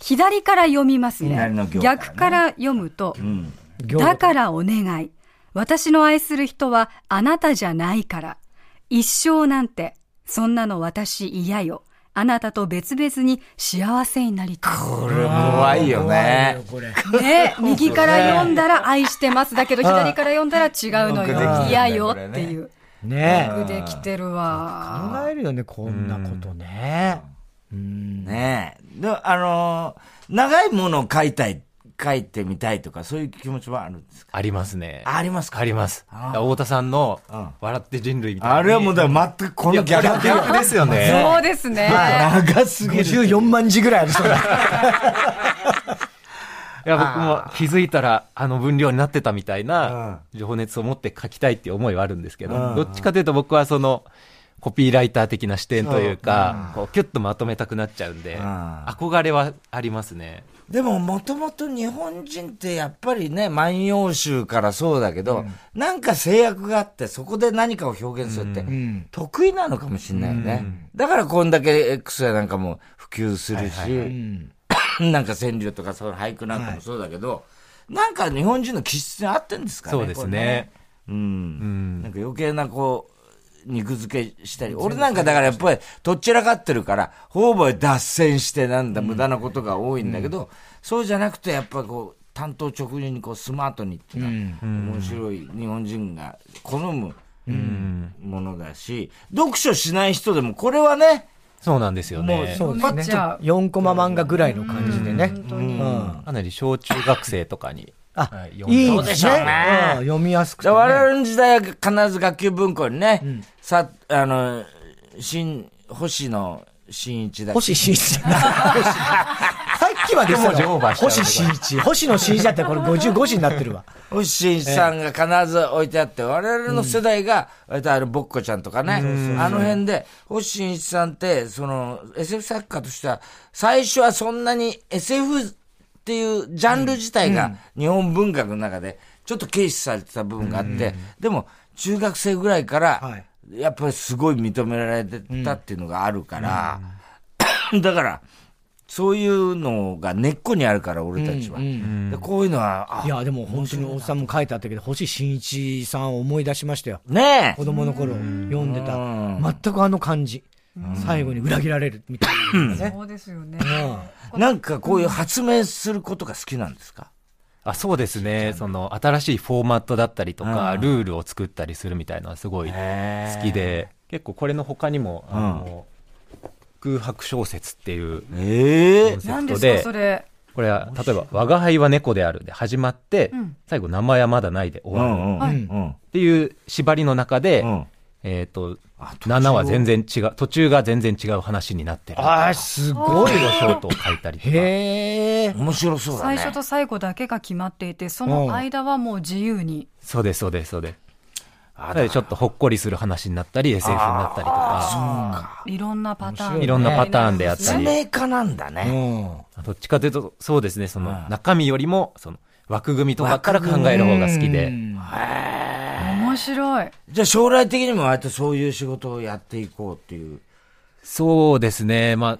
[SPEAKER 4] 左から読みます
[SPEAKER 5] 左
[SPEAKER 4] ね
[SPEAKER 5] の行からね
[SPEAKER 4] 逆から読むと、だからお願い。私の愛する人はあなたじゃないから。一生なんて、そんなの私嫌よ。あなたと別々に幸せになりたい。
[SPEAKER 5] これ怖いよね。
[SPEAKER 4] ね右から読んだら愛してますだけど、左から読んだら違うのよ。嫌よっていう。
[SPEAKER 2] ね
[SPEAKER 4] よくできてるわ。
[SPEAKER 2] 考えるよね、こんなことね。
[SPEAKER 5] うん、ねえ。で、あのー、長いものを書いたい、書いてみたいとか、そういう気持ちはあるんですか
[SPEAKER 3] ありますね。
[SPEAKER 5] ありますか
[SPEAKER 3] あります。太田さんの、笑って人類みたいな。
[SPEAKER 5] あれはもうだ全くこの逆
[SPEAKER 3] 逆ですよ ね。
[SPEAKER 4] そうですね。
[SPEAKER 5] 長すぎる。
[SPEAKER 2] 54万字ぐらいあるそうだ。
[SPEAKER 3] いや、僕も気づいたら、あの分量になってたみたいな、情熱を持って書きたいっていう思いはあるんですけど、どっちかというと僕はその、コピーライター的な視点というか、こうキュッとまとめたくなっちゃうんで、憧れはありますね。
[SPEAKER 5] でも、もともと日本人ってやっぱりね、万葉集からそうだけど、うん、なんか制約があって、そこで何かを表現するって、得意なのかもしれないよね。うん、だからこんだけ X やなんかも普及するし、 なんか川柳とかそう俳句なんかもそうだけど、はい、なんか日本人の気質に合ってんですかね。
[SPEAKER 3] そうですね。ね
[SPEAKER 5] うん、うん。なんか余計なこう、肉付けしたり。俺なんかだからやっぱり、とっちらかってるから、ほぼ脱線してなんだ、無駄なことが多いんだけど、そうじゃなくてやっぱこう、担当直入にこう、スマートにっていうのは、面白い日本人が好むものだし、読書しない人でも、これはね、
[SPEAKER 3] そうなんですよね。もう、
[SPEAKER 2] そうパッと4コマ漫画ぐらいの感じでね。
[SPEAKER 3] かなり小中学生とかに。
[SPEAKER 2] あ、いいでしょうね。読みやすくて、
[SPEAKER 5] ね。我々の時代は必ず学級文庫にね、さ、あの、新、星野新一だ
[SPEAKER 2] 星新一 さっきまでそう星新一。星野新一だってこれ55時になってるわ。
[SPEAKER 5] 星新一さんが必ず置いてあって、我々の世代が、割とあの、ぼっこちゃんとかね、あの辺で、星新一さんって、その、SF 作家としては、最初はそんなに SF、っていうジャンル自体が日本文学の中でちょっと軽視されてた部分があって、でも中学生ぐらいからやっぱりすごい認められてたっていうのがあるから、だからそういうのが根っこにあるから俺たちは、こういうのはい
[SPEAKER 2] やでも本当におっさんも書いてあったけど星新一さんを思い出しましたよ
[SPEAKER 5] ね
[SPEAKER 2] 子供の頃読んでた全くあの感じ最後に裏切られるみたいな、
[SPEAKER 4] そうですよね、
[SPEAKER 5] なんかこういう発明することが好きなんですか、
[SPEAKER 3] あそうですね。その、新しいフォーマットだったりとか、ルールを作ったりするみたいなのはすごい好きで、結構これの他にも、あの、空白小説っていう、
[SPEAKER 5] え
[SPEAKER 4] え何ですかそれ。
[SPEAKER 3] これは、例えば、我が輩は猫であるで始まって、最後、名前はまだないで終わる。っていう縛りの中で、えっ、と、7は全然違う、途中が全然違う話になってる。
[SPEAKER 2] ああ、すごい
[SPEAKER 3] よ。ショートを書いたりとか。
[SPEAKER 2] へえ。
[SPEAKER 5] 面白そうだね。
[SPEAKER 4] 最初と最後だけが決まっていて、その間はもう自由に。
[SPEAKER 3] そうです、そうです、そうです。あちょっとほっこりする話になったり、SF になったりと
[SPEAKER 5] か。
[SPEAKER 4] いろんなパター
[SPEAKER 3] ン。いろんなパターンであったり。
[SPEAKER 5] メーカーなんだね。
[SPEAKER 3] どっちかというと、そうですね、その中身よりも、その枠組みとかから考える方が好きで。
[SPEAKER 5] へえ。
[SPEAKER 4] 面白い。
[SPEAKER 5] じゃあ将来的にも割とそういう仕事をやっていこうっていう。
[SPEAKER 3] そうですね。まあ、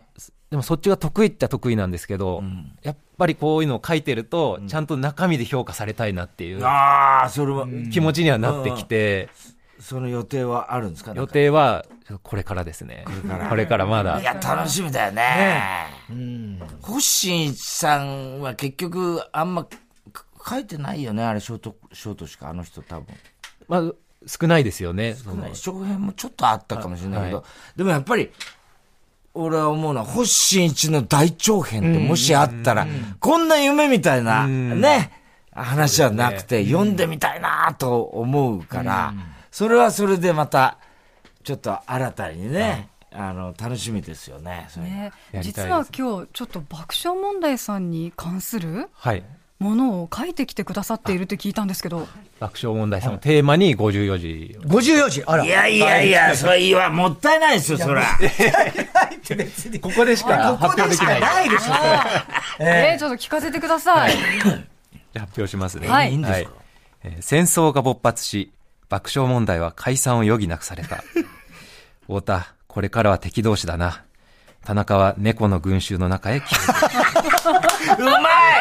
[SPEAKER 3] でもそっちが得意っちゃ得意なんですけど、うん、やっぱりこういうのを書いてると、うん、ちゃんと中身で評価されたいなっていう。
[SPEAKER 5] ああ、それは。
[SPEAKER 3] 気持ちにはなってきて。
[SPEAKER 5] うん、その予定はあるんですか
[SPEAKER 3] 予定は、これからですね。これから。これからまだ。
[SPEAKER 5] いや、楽しみだよね。うん。星一さんは結局、あんま書いてないよね。あれ、ショート、ショートしか、あの人多分。
[SPEAKER 3] まあ、少ないですよね。
[SPEAKER 5] 少ない長編もちょっとあったかもしれないけど、はい、でもやっぱり、俺は思うのは、星新一の大長編ってもしあったら、こんな夢みたいな、ね、話はなくて、読んでみたいなと思うから、それはそれでまた、ちょっと新たにね、あの楽しみですよね
[SPEAKER 4] ね実は今日ちょっと爆笑問題さんに関する、
[SPEAKER 3] はい、
[SPEAKER 4] ものを書いてきてくださっているって聞いたんですけど
[SPEAKER 3] 爆笑問題さんのテーマに54時
[SPEAKER 2] 54時あら
[SPEAKER 5] いやいやいやそれいいわもったいないですよそら
[SPEAKER 3] ここでしか発表できない
[SPEAKER 5] ないでしょ
[SPEAKER 4] えー、ちょっと聞かせてください発
[SPEAKER 3] 表しますね
[SPEAKER 5] はい、はい
[SPEAKER 3] え戦争が勃発し爆笑問題は解散を余儀なくされ た太田これからは敵同士だな田中は猫の群衆の中へ消え
[SPEAKER 5] うまい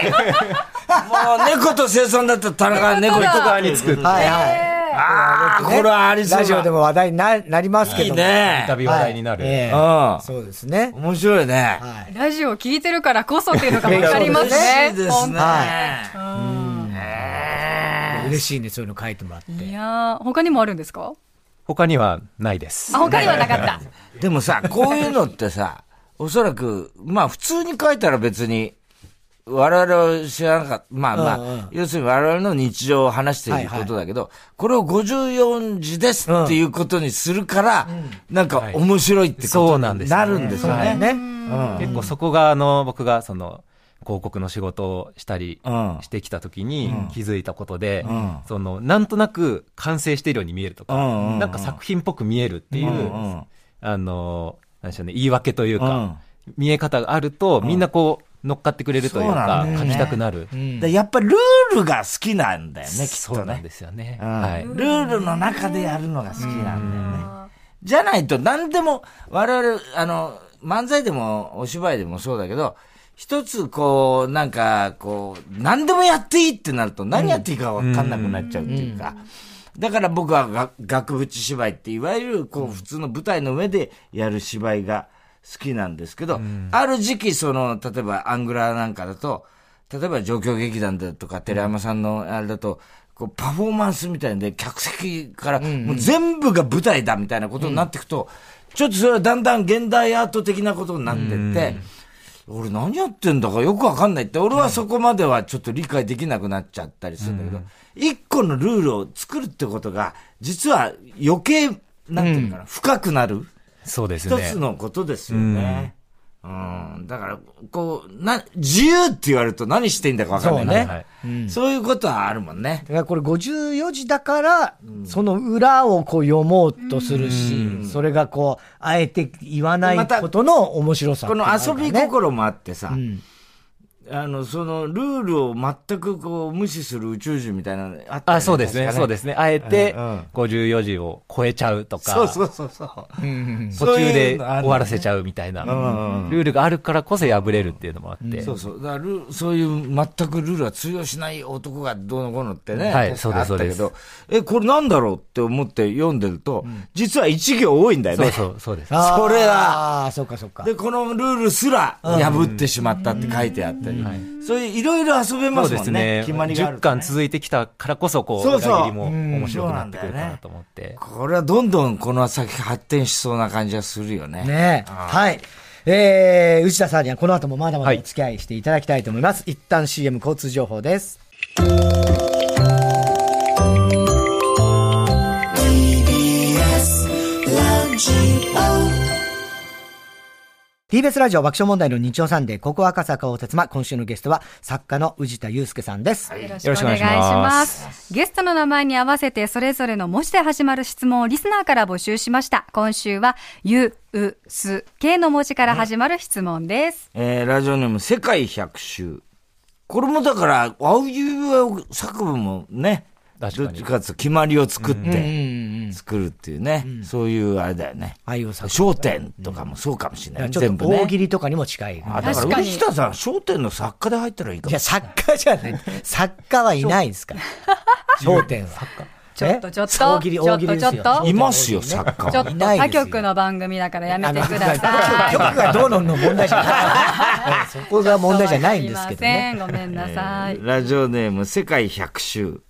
[SPEAKER 5] もう猫と生産だったら田中は猫
[SPEAKER 3] 猫側につくって
[SPEAKER 2] はいはい。
[SPEAKER 5] ああ、これはありそう
[SPEAKER 2] ラジオで
[SPEAKER 5] も
[SPEAKER 2] も話題にななりますけ
[SPEAKER 5] い
[SPEAKER 2] ども。
[SPEAKER 5] いね。
[SPEAKER 3] 旅話題になる。
[SPEAKER 2] はいええ
[SPEAKER 5] うん
[SPEAKER 2] そうですね。
[SPEAKER 5] 面白いね。
[SPEAKER 2] はい。
[SPEAKER 4] ラジオ聞いてるからこそっていうのが分かります
[SPEAKER 5] 嬉
[SPEAKER 4] ね。
[SPEAKER 5] しいです
[SPEAKER 4] 本
[SPEAKER 5] ね。
[SPEAKER 4] 当
[SPEAKER 2] 嬉しいね、そういうの書いてもらって。
[SPEAKER 4] にいやー他にもあるんですか
[SPEAKER 3] 他にはないです。
[SPEAKER 4] あ、他にはなかった。
[SPEAKER 5] でもさ、こういうのってさ、おそらく、まあ普通に書いたら別に、我々は知らなかった。まあまあ、
[SPEAKER 2] うんうん
[SPEAKER 5] 要するに我々の日常を話していることだけど、これを54字ですっていうことにするから、なんか面白いってこと
[SPEAKER 3] そうなんで
[SPEAKER 5] に
[SPEAKER 3] すよ
[SPEAKER 5] なるんです
[SPEAKER 2] そう
[SPEAKER 5] よ
[SPEAKER 2] だよ
[SPEAKER 5] ね。
[SPEAKER 2] ね。
[SPEAKER 3] 結構そこが、あの、僕がその、広告の仕事をしたり
[SPEAKER 5] うん
[SPEAKER 3] してきた時に気づいたことで、
[SPEAKER 5] ん
[SPEAKER 3] その、なんとなく完成しているように見えるとか、
[SPEAKER 5] うんうんうん
[SPEAKER 3] なんか作品っぽく見えるっていう、
[SPEAKER 5] うんうん
[SPEAKER 3] あの、なんでしょうね、言い訳という
[SPEAKER 5] うん
[SPEAKER 3] か、見え方があると、みんなこう、乗っかってくれるという
[SPEAKER 5] そうな
[SPEAKER 3] か、
[SPEAKER 5] んだよ
[SPEAKER 3] 書
[SPEAKER 5] ね
[SPEAKER 3] きたくなる。
[SPEAKER 5] だからやっぱりルールが好きなんだよね、きっ
[SPEAKER 3] そ
[SPEAKER 5] と
[SPEAKER 3] うなん
[SPEAKER 5] ね
[SPEAKER 3] で。すよね。
[SPEAKER 5] うん
[SPEAKER 3] はい。
[SPEAKER 5] ルールの中でやるのが好きなんだよね。じゃないと何でも、我々、あの、漫才でもお芝居でもそうだけど、一つこう、なんか、こう、何でもやっていいってなると何やっていいかわかんなくなっちゃうっていうか。だから僕はが額縁芝居って、いわゆるこう、普通の舞台の上でやる芝居が好きなんですけど、ある時期その、例えばアングラーなんかだと、例えば状況劇団だとか、寺山さんのあれだと、こうパフォーマンスみたいんで、客席からもう全部が舞台だみたいなことになっていくと、ちょっとそれはだんだん現代アート的なことになってって、俺何やってんだかよくわかんないって、俺はそこまではちょっと理解できなくなっちゃったりするんだけど、一個のルールを作るってことが、実は余計、なんていうのかな、深くなる。
[SPEAKER 3] そうです
[SPEAKER 5] 一
[SPEAKER 3] ね。
[SPEAKER 5] つのことですよね。うん。だから、こう、な、自由って言われると何していいんだかわかんな
[SPEAKER 2] そ
[SPEAKER 5] い
[SPEAKER 2] うね
[SPEAKER 5] ね。
[SPEAKER 3] はいはい
[SPEAKER 5] そういうことはあるもんね
[SPEAKER 2] だ。からこれ54字だから、その裏をこう読もうとするし、それがこう、あえて言わないことの面白さって
[SPEAKER 5] こ
[SPEAKER 2] いうの
[SPEAKER 5] の
[SPEAKER 2] があるか
[SPEAKER 5] 遊
[SPEAKER 2] らね、
[SPEAKER 5] び心もあってさ、
[SPEAKER 2] ん
[SPEAKER 5] あの、その、ルールを全くこう、無視する宇宙人みたいなのあったよ
[SPEAKER 3] あ、そうですね。
[SPEAKER 5] 確か
[SPEAKER 3] そうですね。あえて
[SPEAKER 5] うんうん、
[SPEAKER 3] 54時を超えちゃうとか、
[SPEAKER 5] そうそうそうそう。
[SPEAKER 3] 途中
[SPEAKER 5] そうい
[SPEAKER 3] で
[SPEAKER 5] うのあるよね
[SPEAKER 3] 終わらせちゃうみたいな、
[SPEAKER 5] ん
[SPEAKER 3] ルールがあるからこそ破れるっていうのもあって、
[SPEAKER 5] そうそう。だからルール、そういう全くルールは通用しない男がどうのこうのってね。
[SPEAKER 3] はい
[SPEAKER 5] 確かあったけど
[SPEAKER 3] そうで
[SPEAKER 5] え、これなんだろうって思って読んでると、実は一行多いんだよ
[SPEAKER 3] そ
[SPEAKER 5] ね。
[SPEAKER 3] うそうそうです。
[SPEAKER 2] あー
[SPEAKER 5] それ
[SPEAKER 2] ああ、そうかそうか。
[SPEAKER 5] で、このルールすら破ってしまったって書いてあったり、そういういろいろ遊べま
[SPEAKER 3] そう
[SPEAKER 5] す
[SPEAKER 3] で
[SPEAKER 5] も
[SPEAKER 3] す
[SPEAKER 5] ん
[SPEAKER 3] ね。
[SPEAKER 5] ね。決まりがある
[SPEAKER 3] 10
[SPEAKER 5] とね、
[SPEAKER 3] 巻続いてきたからこそ、こう、
[SPEAKER 5] そうそう
[SPEAKER 3] 裏切りも面白くなってくるかなと思って。
[SPEAKER 5] これはどんどんこの先発展しそうな感じがするよね。
[SPEAKER 2] ねえ。はい。えー、内田さんにはこの後もまだまだお付き合いしていただきたいと思います。一旦 CM 交通情報です。TBS ラジオ爆笑問題の日曜サンデー、ここ赤坂大鉄間、今週のゲストは作家の宇治田祐介さんです。
[SPEAKER 4] よろ。
[SPEAKER 3] しくお願いします
[SPEAKER 4] ゲストの名前に合わせて、それぞれの文字で始まる質問をリスナーから募集しました。今週は、ゆ、う、す、けの文字から始まる質問です。
[SPEAKER 5] えーラジオネーム世界百周。これもだから、青指を作文もね、
[SPEAKER 3] 確かに
[SPEAKER 5] どっちかっていうと決まりを作って、作るっていうね、そういうあれだよね。
[SPEAKER 2] 愛を作
[SPEAKER 5] 焦点とかもそうかもしれない。
[SPEAKER 2] ちょっ
[SPEAKER 5] 全部
[SPEAKER 2] と
[SPEAKER 5] ね。
[SPEAKER 2] 大喜利とかにも近い。
[SPEAKER 5] あだから、
[SPEAKER 4] 確かに
[SPEAKER 5] 内田さん、焦点の作家で入ったらいいか
[SPEAKER 2] い
[SPEAKER 5] も
[SPEAKER 2] や、。作家じゃない。作家はいないですから。焦点は。
[SPEAKER 4] ちょっとちょっと
[SPEAKER 2] え大喜利、大喜利です
[SPEAKER 4] ちょっとちょっ
[SPEAKER 2] よ。
[SPEAKER 4] と
[SPEAKER 5] いますよ、作家
[SPEAKER 4] ちょ
[SPEAKER 5] は
[SPEAKER 4] っ。と
[SPEAKER 2] いないです
[SPEAKER 4] 他
[SPEAKER 2] よ
[SPEAKER 4] 局の番組だからやめ
[SPEAKER 2] あ
[SPEAKER 4] て
[SPEAKER 2] の
[SPEAKER 4] ください。
[SPEAKER 2] 局がどうのの問題じゃない。そこが問題じゃないんですけどね。
[SPEAKER 4] すいません。ごめんなさい。
[SPEAKER 5] ラジオネーム世界百周。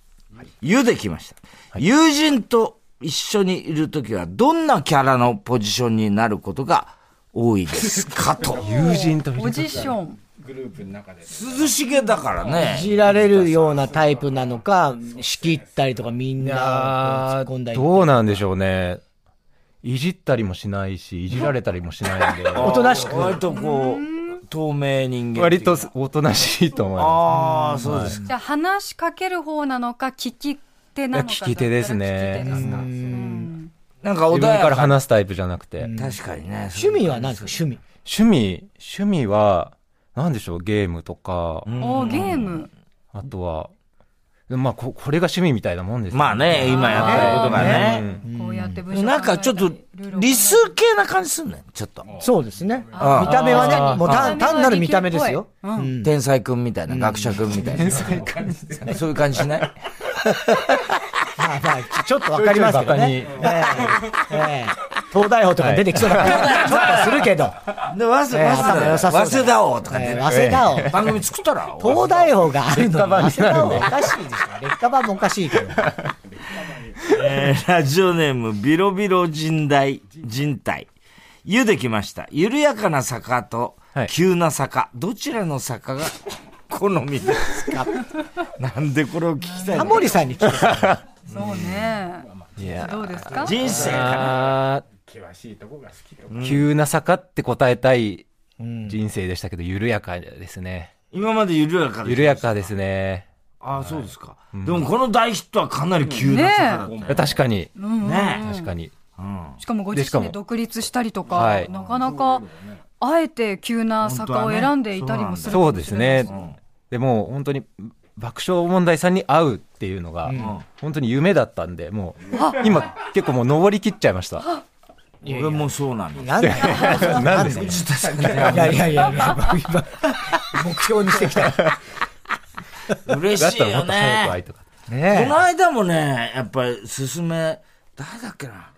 [SPEAKER 5] ゆできました。友人と一緒にいるときは、どんなキャラのポジションになることが多いですかと。
[SPEAKER 3] 友人と
[SPEAKER 4] ポジション。
[SPEAKER 5] 涼しげだから
[SPEAKER 2] い
[SPEAKER 5] ね。
[SPEAKER 2] じられるようなタイプなのか、仕切ったりとかみんなをこう突っ込んだり。
[SPEAKER 3] どうなんでしょうね。いじったりもしないし、いじられたりもしないんで、
[SPEAKER 2] おとなしく。
[SPEAKER 5] 割とこう、透明人 間。
[SPEAKER 3] 割と。おとなしいと思いま
[SPEAKER 5] ああ、そうですか。
[SPEAKER 4] じゃあ話しかける方なのか、聞き手なのか。
[SPEAKER 3] いや聞き手ですね
[SPEAKER 4] どっちか聞き手ですか
[SPEAKER 5] なんか
[SPEAKER 3] す。
[SPEAKER 5] 穏
[SPEAKER 3] 自分
[SPEAKER 5] や
[SPEAKER 3] から
[SPEAKER 5] か。
[SPEAKER 3] 話すタイプじゃなくて。
[SPEAKER 5] 確かにね。
[SPEAKER 2] 趣味は何ですか趣味。
[SPEAKER 3] 趣味、趣味は、なんでしょう、ゲームとか、
[SPEAKER 4] おーゲーム。
[SPEAKER 3] あとは、まあこ、これが趣味みたいなもんですよ
[SPEAKER 5] まあね、今やってることがね。
[SPEAKER 3] うん
[SPEAKER 4] こうやっって文章
[SPEAKER 5] なんかちょっと
[SPEAKER 4] 考えたりルールを考えたり
[SPEAKER 5] 理数系な感じすんねちょっと
[SPEAKER 2] そうですね。見
[SPEAKER 5] あー
[SPEAKER 2] た目は
[SPEAKER 4] あ
[SPEAKER 2] ね、
[SPEAKER 4] ー
[SPEAKER 2] もう単
[SPEAKER 4] 見た目は
[SPEAKER 2] 単なる見た目ですよ。
[SPEAKER 4] うん
[SPEAKER 2] うん
[SPEAKER 5] 天才くんみたいな、学者くんみたいな。そういう感じしない
[SPEAKER 2] まあまあちちょっとわかりますけどね。ええええ東大王とか出てきそうな感じがちょっとするけど、
[SPEAKER 5] で、わせ、
[SPEAKER 2] ええ
[SPEAKER 5] わせ
[SPEAKER 2] 頭良さそうだ
[SPEAKER 5] 早稲田王とか
[SPEAKER 2] ええ
[SPEAKER 5] ね。
[SPEAKER 2] 早稲田王。
[SPEAKER 5] 番組作ったら
[SPEAKER 2] 東大王があるのに、
[SPEAKER 3] 劣化版になるね
[SPEAKER 2] 早稲田王おかしいでしょ。劣化版もおかしいけど。
[SPEAKER 5] えーラジオネーム、ビロビロ人大、人体。湯できました。緩やかな坂と
[SPEAKER 3] はい、
[SPEAKER 5] 急な坂、どちらの坂が好みですかなんでこれを聞きたい
[SPEAKER 2] タ
[SPEAKER 5] の
[SPEAKER 2] モリさんに聞いてた
[SPEAKER 4] そうね
[SPEAKER 3] いや
[SPEAKER 4] どうですか
[SPEAKER 5] 人生か。
[SPEAKER 3] あー急な坂って答えたい人生でしたけど、緩やかですね。
[SPEAKER 5] 今まで緩やかで
[SPEAKER 3] 緩やかですね。
[SPEAKER 5] ああ、そうですか。でもこの大ヒットはかなり急な坂だったよね。
[SPEAKER 3] 確かに、
[SPEAKER 5] ね
[SPEAKER 3] 確かに。
[SPEAKER 4] しかもご
[SPEAKER 3] でし
[SPEAKER 4] 自
[SPEAKER 3] か
[SPEAKER 4] 身で
[SPEAKER 3] も
[SPEAKER 4] 独立したりとか、
[SPEAKER 3] はい
[SPEAKER 4] なかなか、あえて急な坂を選んでいたりもするか
[SPEAKER 3] そう
[SPEAKER 4] も
[SPEAKER 3] で
[SPEAKER 4] し
[SPEAKER 3] す
[SPEAKER 4] れない
[SPEAKER 3] ね。でも、本当に、爆笑問題さんに会うっていうのが、本当に夢だったんで、もう、今、結構もう登り切っちゃいました。
[SPEAKER 5] 俺もそうなん
[SPEAKER 2] な
[SPEAKER 5] だ。
[SPEAKER 2] んで
[SPEAKER 3] なんです
[SPEAKER 5] 藤田さん
[SPEAKER 2] いやいやいやいや、今目標にしてきた。
[SPEAKER 3] だ
[SPEAKER 5] 嬉
[SPEAKER 3] っ
[SPEAKER 5] したい
[SPEAKER 3] らも
[SPEAKER 5] よ
[SPEAKER 3] っと早く
[SPEAKER 5] ね
[SPEAKER 3] 会。いとか。
[SPEAKER 5] こ
[SPEAKER 2] ね
[SPEAKER 5] の間もね、やっぱり、すめ、誰だっけな。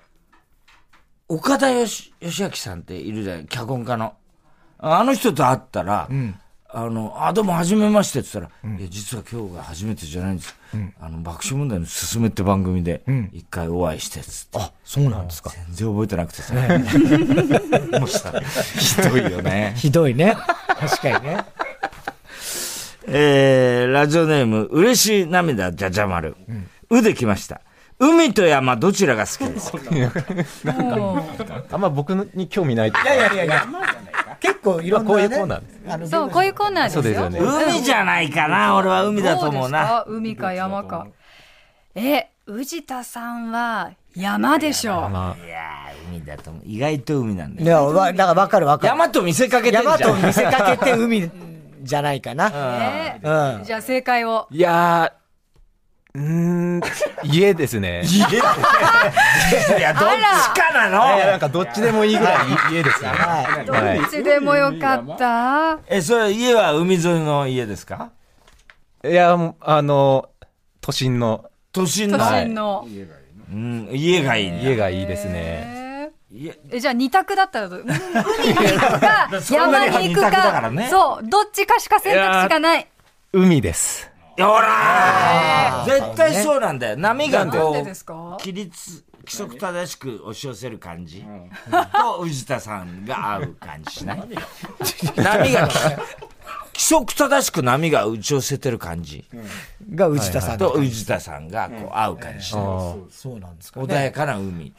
[SPEAKER 5] 岡田よし、義明さんっているじゃない、脚本家の。あの人と会ったら、あの、あ、どうも、はじめましてって言ったら、いや、実は今日が初めてじゃないんです。あの、爆笑問題のすすめって番組で、一回お会いしてっつって、
[SPEAKER 2] あ、そうなんですか。
[SPEAKER 5] 全然覚えてなくてさ。 もうさ、ひどいよね。
[SPEAKER 2] ひどいね。確かにね。
[SPEAKER 5] えー、ラジオネーム、嬉しい涙じゃじゃ丸。うできました。海と山、どちらが好き ですか
[SPEAKER 3] あんま僕に興味ないって。
[SPEAKER 2] いやいや。結構いろんな、ね、
[SPEAKER 3] こういうコーナーです
[SPEAKER 2] あの
[SPEAKER 4] そうこういうコーナーですよ
[SPEAKER 3] そうですよね
[SPEAKER 5] 海じゃないかな。俺は海だと
[SPEAKER 4] どうで
[SPEAKER 5] 思う
[SPEAKER 4] す
[SPEAKER 5] な。
[SPEAKER 4] か海か山かえ宇治田さんは山でしょう
[SPEAKER 3] ま
[SPEAKER 5] いやー、海だと思う。意外と海なんだ
[SPEAKER 2] い
[SPEAKER 5] よ。
[SPEAKER 2] や、わだからわかるわかる。
[SPEAKER 5] 山と見せかけてんじゃ
[SPEAKER 2] 山
[SPEAKER 5] ん。
[SPEAKER 2] と見せかけて海じゃないかな。
[SPEAKER 4] え
[SPEAKER 2] う
[SPEAKER 4] ー
[SPEAKER 2] ん。
[SPEAKER 4] じゃあ正解を
[SPEAKER 3] いやー、うーん、家です ね。い
[SPEAKER 5] いや、どっちかな
[SPEAKER 3] や、な
[SPEAKER 5] の
[SPEAKER 3] んかどっちでもいいぐらい家ですね。
[SPEAKER 2] は
[SPEAKER 4] ど
[SPEAKER 3] はい
[SPEAKER 4] っちでもよかった
[SPEAKER 5] え、それ家は海沿いの家ですか
[SPEAKER 3] いや、もうあの、都心の
[SPEAKER 5] 都心
[SPEAKER 4] 都
[SPEAKER 5] の。
[SPEAKER 4] 心の
[SPEAKER 5] うん、家がいいんだ。
[SPEAKER 3] 家がいいですね。
[SPEAKER 4] え
[SPEAKER 5] 家
[SPEAKER 4] ーえじゃあ二択だったらどう海に行くか
[SPEAKER 5] そんな
[SPEAKER 4] 山
[SPEAKER 5] に
[SPEAKER 4] に行く
[SPEAKER 5] 二択だから
[SPEAKER 4] か
[SPEAKER 5] ね
[SPEAKER 4] そうどっちかしか選択肢がない
[SPEAKER 3] 海です。
[SPEAKER 5] ほらー絶対そうなんだよ。波が
[SPEAKER 4] なん
[SPEAKER 5] こ
[SPEAKER 4] で
[SPEAKER 5] う、
[SPEAKER 4] ですか
[SPEAKER 5] 規律、規則正しく押し寄せる感じと宇田さんが合う感じしない波が、規則正しく波が打ち寄せてる感じ
[SPEAKER 2] い。が内田さんだ
[SPEAKER 5] と宇田さんがこう合う感じしない
[SPEAKER 2] そうなんですか。
[SPEAKER 5] 穏やかな海。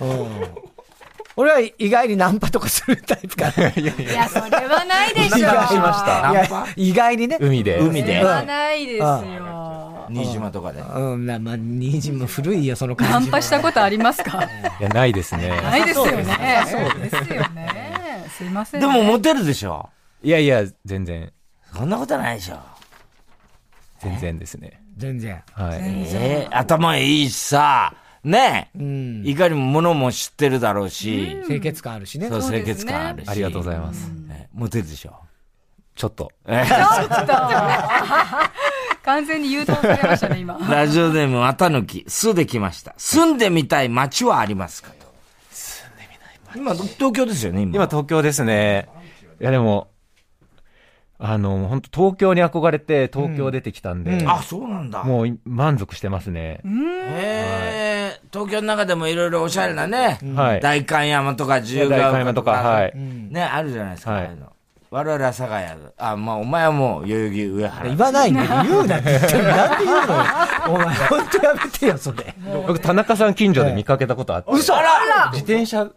[SPEAKER 2] 俺は意外にナンパとかするタイプかな。い
[SPEAKER 4] いやそれはないでしょう
[SPEAKER 2] 意外
[SPEAKER 3] しました
[SPEAKER 5] ナン
[SPEAKER 2] や
[SPEAKER 5] パ、
[SPEAKER 2] 意外にね。
[SPEAKER 3] 海で。
[SPEAKER 5] 海
[SPEAKER 4] それ
[SPEAKER 5] で
[SPEAKER 4] はないですよ
[SPEAKER 5] 新島とかで。
[SPEAKER 2] うん、まあ、まあ、ニージも古いよ、その
[SPEAKER 4] ナ
[SPEAKER 2] 感
[SPEAKER 4] ン
[SPEAKER 2] じ。
[SPEAKER 4] パしたことありますか
[SPEAKER 3] いや、ないですね。
[SPEAKER 4] ないですよね。そうですよね。すいません
[SPEAKER 5] で
[SPEAKER 4] ね。
[SPEAKER 5] もモテるでしょ
[SPEAKER 3] いやいや、全然、
[SPEAKER 5] そんなことないでしょ。
[SPEAKER 3] 全然ですね。
[SPEAKER 2] 全然。
[SPEAKER 3] はい。
[SPEAKER 5] えー頭いいしさ、ね
[SPEAKER 2] うん。
[SPEAKER 5] いかにも物も知ってるだろうし、
[SPEAKER 2] 清潔感あるしね。
[SPEAKER 5] そう
[SPEAKER 4] そう
[SPEAKER 5] 清
[SPEAKER 4] です
[SPEAKER 5] 潔
[SPEAKER 4] ね
[SPEAKER 5] 感あるし。
[SPEAKER 3] ありがとうござい
[SPEAKER 5] す。
[SPEAKER 3] ます。
[SPEAKER 5] モテるでしょ。
[SPEAKER 3] ちょっ と。
[SPEAKER 4] 完全に誘導されましたね、今。
[SPEAKER 5] ラジオネーム、綿抜き、すできました。住んでみたい街はありますかと。住んでみたい街。今、東京ですよね、今。
[SPEAKER 3] 今、東京ですね。いや、でも、あの、本当東京に憧れて、東京出てきたんで、
[SPEAKER 5] あ、そうなんだ。
[SPEAKER 3] もうい満足してますね。
[SPEAKER 5] へえ、東京の中でもいろいろおしゃれなね、
[SPEAKER 3] はい
[SPEAKER 5] 代官山とか自由が丘
[SPEAKER 3] 代官山とかはい
[SPEAKER 5] ね、あるじゃないですか。
[SPEAKER 3] はい
[SPEAKER 5] ああいうの我々は佐賀や、あ、まあ、お前はもう、代々木上原
[SPEAKER 2] 言。わないんだ よ。言うなって言ってる。なんで言うのよ。お前、ほんとやめてよ、それ。
[SPEAKER 3] 僕、田中さん近所で見かけたことあって、
[SPEAKER 5] 嘘あら
[SPEAKER 3] 自転車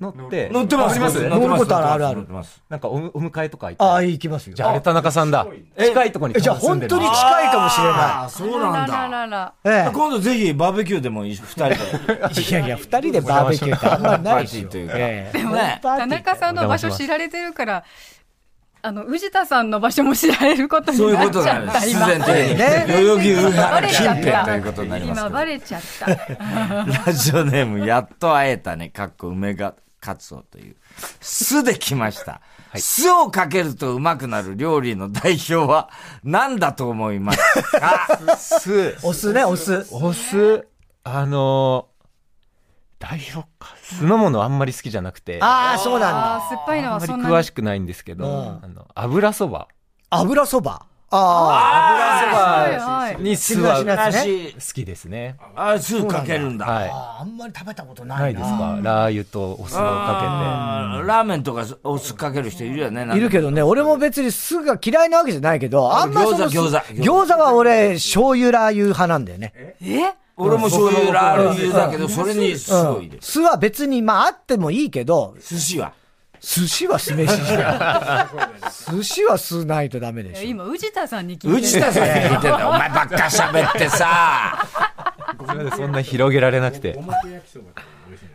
[SPEAKER 3] 乗って、
[SPEAKER 5] 乗ってます
[SPEAKER 3] 乗り
[SPEAKER 5] 乗ってま
[SPEAKER 2] 乗る
[SPEAKER 5] す
[SPEAKER 2] ことあるあるある
[SPEAKER 5] 乗ってます。
[SPEAKER 3] なんかお、お迎えとか行って。
[SPEAKER 2] ああ、行きますよ。
[SPEAKER 3] じゃあ、あれ田中さんだ。近いとこに
[SPEAKER 2] えじゃあ、
[SPEAKER 3] 住ん
[SPEAKER 2] 本
[SPEAKER 3] でる
[SPEAKER 2] 当に近いかもしれな
[SPEAKER 5] ああ、そうなん
[SPEAKER 4] らら
[SPEAKER 5] だ。
[SPEAKER 4] らら
[SPEAKER 2] い。ええ。
[SPEAKER 5] 今度ぜひバーベキューでもいい、二人で。
[SPEAKER 2] いやいや、二人でバーベキューってあんまりないでしょ。
[SPEAKER 5] パーティーというか
[SPEAKER 2] ええ
[SPEAKER 5] ね
[SPEAKER 4] 田中さんの場所知られてるから、あの、宇治田さんの場所も知られることに
[SPEAKER 5] そういう
[SPEAKER 4] な
[SPEAKER 5] こ
[SPEAKER 4] っち
[SPEAKER 5] と
[SPEAKER 4] ゃっ
[SPEAKER 5] なんで
[SPEAKER 4] た、
[SPEAKER 5] す。必
[SPEAKER 4] 今。
[SPEAKER 5] 然的に。代々木上原近辺ということになりますけ
[SPEAKER 4] 今、
[SPEAKER 5] ど。
[SPEAKER 4] バレちゃった。
[SPEAKER 5] ラジオネーム、やっと会えたね、かっこ梅が、カツオという。酢で来ました。酢をかけるとうまくなる料理の代表は何だと思いますか
[SPEAKER 3] 酢。
[SPEAKER 2] お酢ね、お酢。
[SPEAKER 3] お酢、あのー、代表か。酢のものあんまり好きじゃなくて、あ
[SPEAKER 2] ああ、そうなんだ。
[SPEAKER 4] あー酸っぱいのは
[SPEAKER 3] んまり
[SPEAKER 4] そんな
[SPEAKER 3] 詳
[SPEAKER 4] に
[SPEAKER 3] しくないんですけど、
[SPEAKER 2] うん
[SPEAKER 3] あの、油そば。
[SPEAKER 2] 油そば。あ
[SPEAKER 4] はいはい
[SPEAKER 3] に酢は
[SPEAKER 2] しないですね
[SPEAKER 3] 好
[SPEAKER 5] 私、
[SPEAKER 3] きですね。
[SPEAKER 5] あ酢かけるんだ。
[SPEAKER 2] あ
[SPEAKER 3] は
[SPEAKER 2] あー。あんまり食べたこと
[SPEAKER 3] い。な
[SPEAKER 2] ない
[SPEAKER 3] い
[SPEAKER 2] な。
[SPEAKER 3] ですかラー油とお酢をか
[SPEAKER 5] あーラーメンとかお酢かける人いるよね。なんか
[SPEAKER 2] いるけどね、俺も別に酢が嫌いなわけじゃないけど、あんまりその
[SPEAKER 5] 餃子餃子
[SPEAKER 2] 餃子は俺、醤油ラー油派なんだよね。
[SPEAKER 4] え
[SPEAKER 5] 俺も醤油ラー油だけど、それに酢を入れる。
[SPEAKER 2] 酢は別に、まああってもいいけど、
[SPEAKER 5] 寿司は
[SPEAKER 2] 寿司は酢飯じゃ ん。寿司は酢ないとダメで
[SPEAKER 4] いや
[SPEAKER 2] しょ。
[SPEAKER 4] 今、宇治田さんに聞いてる。
[SPEAKER 5] 宇治 田さんに聞いてんだよ。お前ばっか喋ってさ。
[SPEAKER 3] けて。それでそんな広げられなくて。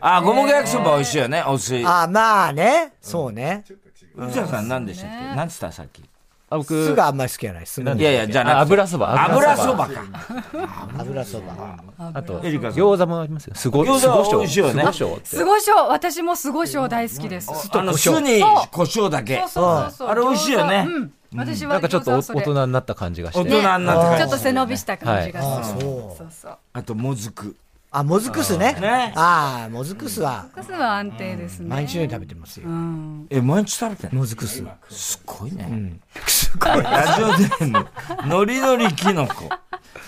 [SPEAKER 5] あ、五目焼きそば美味しいよね、お酢。宇
[SPEAKER 2] ああ、まあね。そうね。
[SPEAKER 5] 治田さん何でしたっけ何つったさっき。
[SPEAKER 3] あ僕、
[SPEAKER 2] 酢があんまり好きじゃない。酢の
[SPEAKER 5] いやいや、じゃなくて
[SPEAKER 3] あ油そば
[SPEAKER 5] 油
[SPEAKER 3] 油
[SPEAKER 5] そ
[SPEAKER 3] そ
[SPEAKER 5] ば
[SPEAKER 3] ば
[SPEAKER 5] か。
[SPEAKER 2] 油そば。
[SPEAKER 3] あと、
[SPEAKER 5] エリカさん
[SPEAKER 3] 餃子もありますよ。すご、
[SPEAKER 5] 餃
[SPEAKER 3] す
[SPEAKER 5] 子は
[SPEAKER 3] ご
[SPEAKER 5] 美味しいよね
[SPEAKER 3] すごって。
[SPEAKER 4] すごいしょう私もすごいしょう大好きです。そう
[SPEAKER 5] あの、酢に
[SPEAKER 4] そう
[SPEAKER 5] 胡椒だけ。
[SPEAKER 4] そうそう。
[SPEAKER 5] あれ美味しいよね
[SPEAKER 4] 餃子うん。私は
[SPEAKER 3] なんかちょっとお
[SPEAKER 4] 餃
[SPEAKER 3] 大
[SPEAKER 4] 子はそれ
[SPEAKER 3] 人になった感じがし
[SPEAKER 5] 大
[SPEAKER 3] て。
[SPEAKER 5] 人になった
[SPEAKER 4] ちょ
[SPEAKER 5] 感
[SPEAKER 4] っ
[SPEAKER 5] じ
[SPEAKER 4] と。背伸びした感じがする。
[SPEAKER 2] そう。
[SPEAKER 4] そうそう。
[SPEAKER 5] あと、もずく。
[SPEAKER 2] あ、もずく酢ね。
[SPEAKER 5] ね
[SPEAKER 2] ああ、もずく酢は、
[SPEAKER 4] カスは安定ですね。
[SPEAKER 2] 毎日のように食べてますよ。
[SPEAKER 5] え、毎日食べてんの
[SPEAKER 2] もずく酢。
[SPEAKER 5] すごいね。すごい。ラジオネーム、ノリノリキノコ。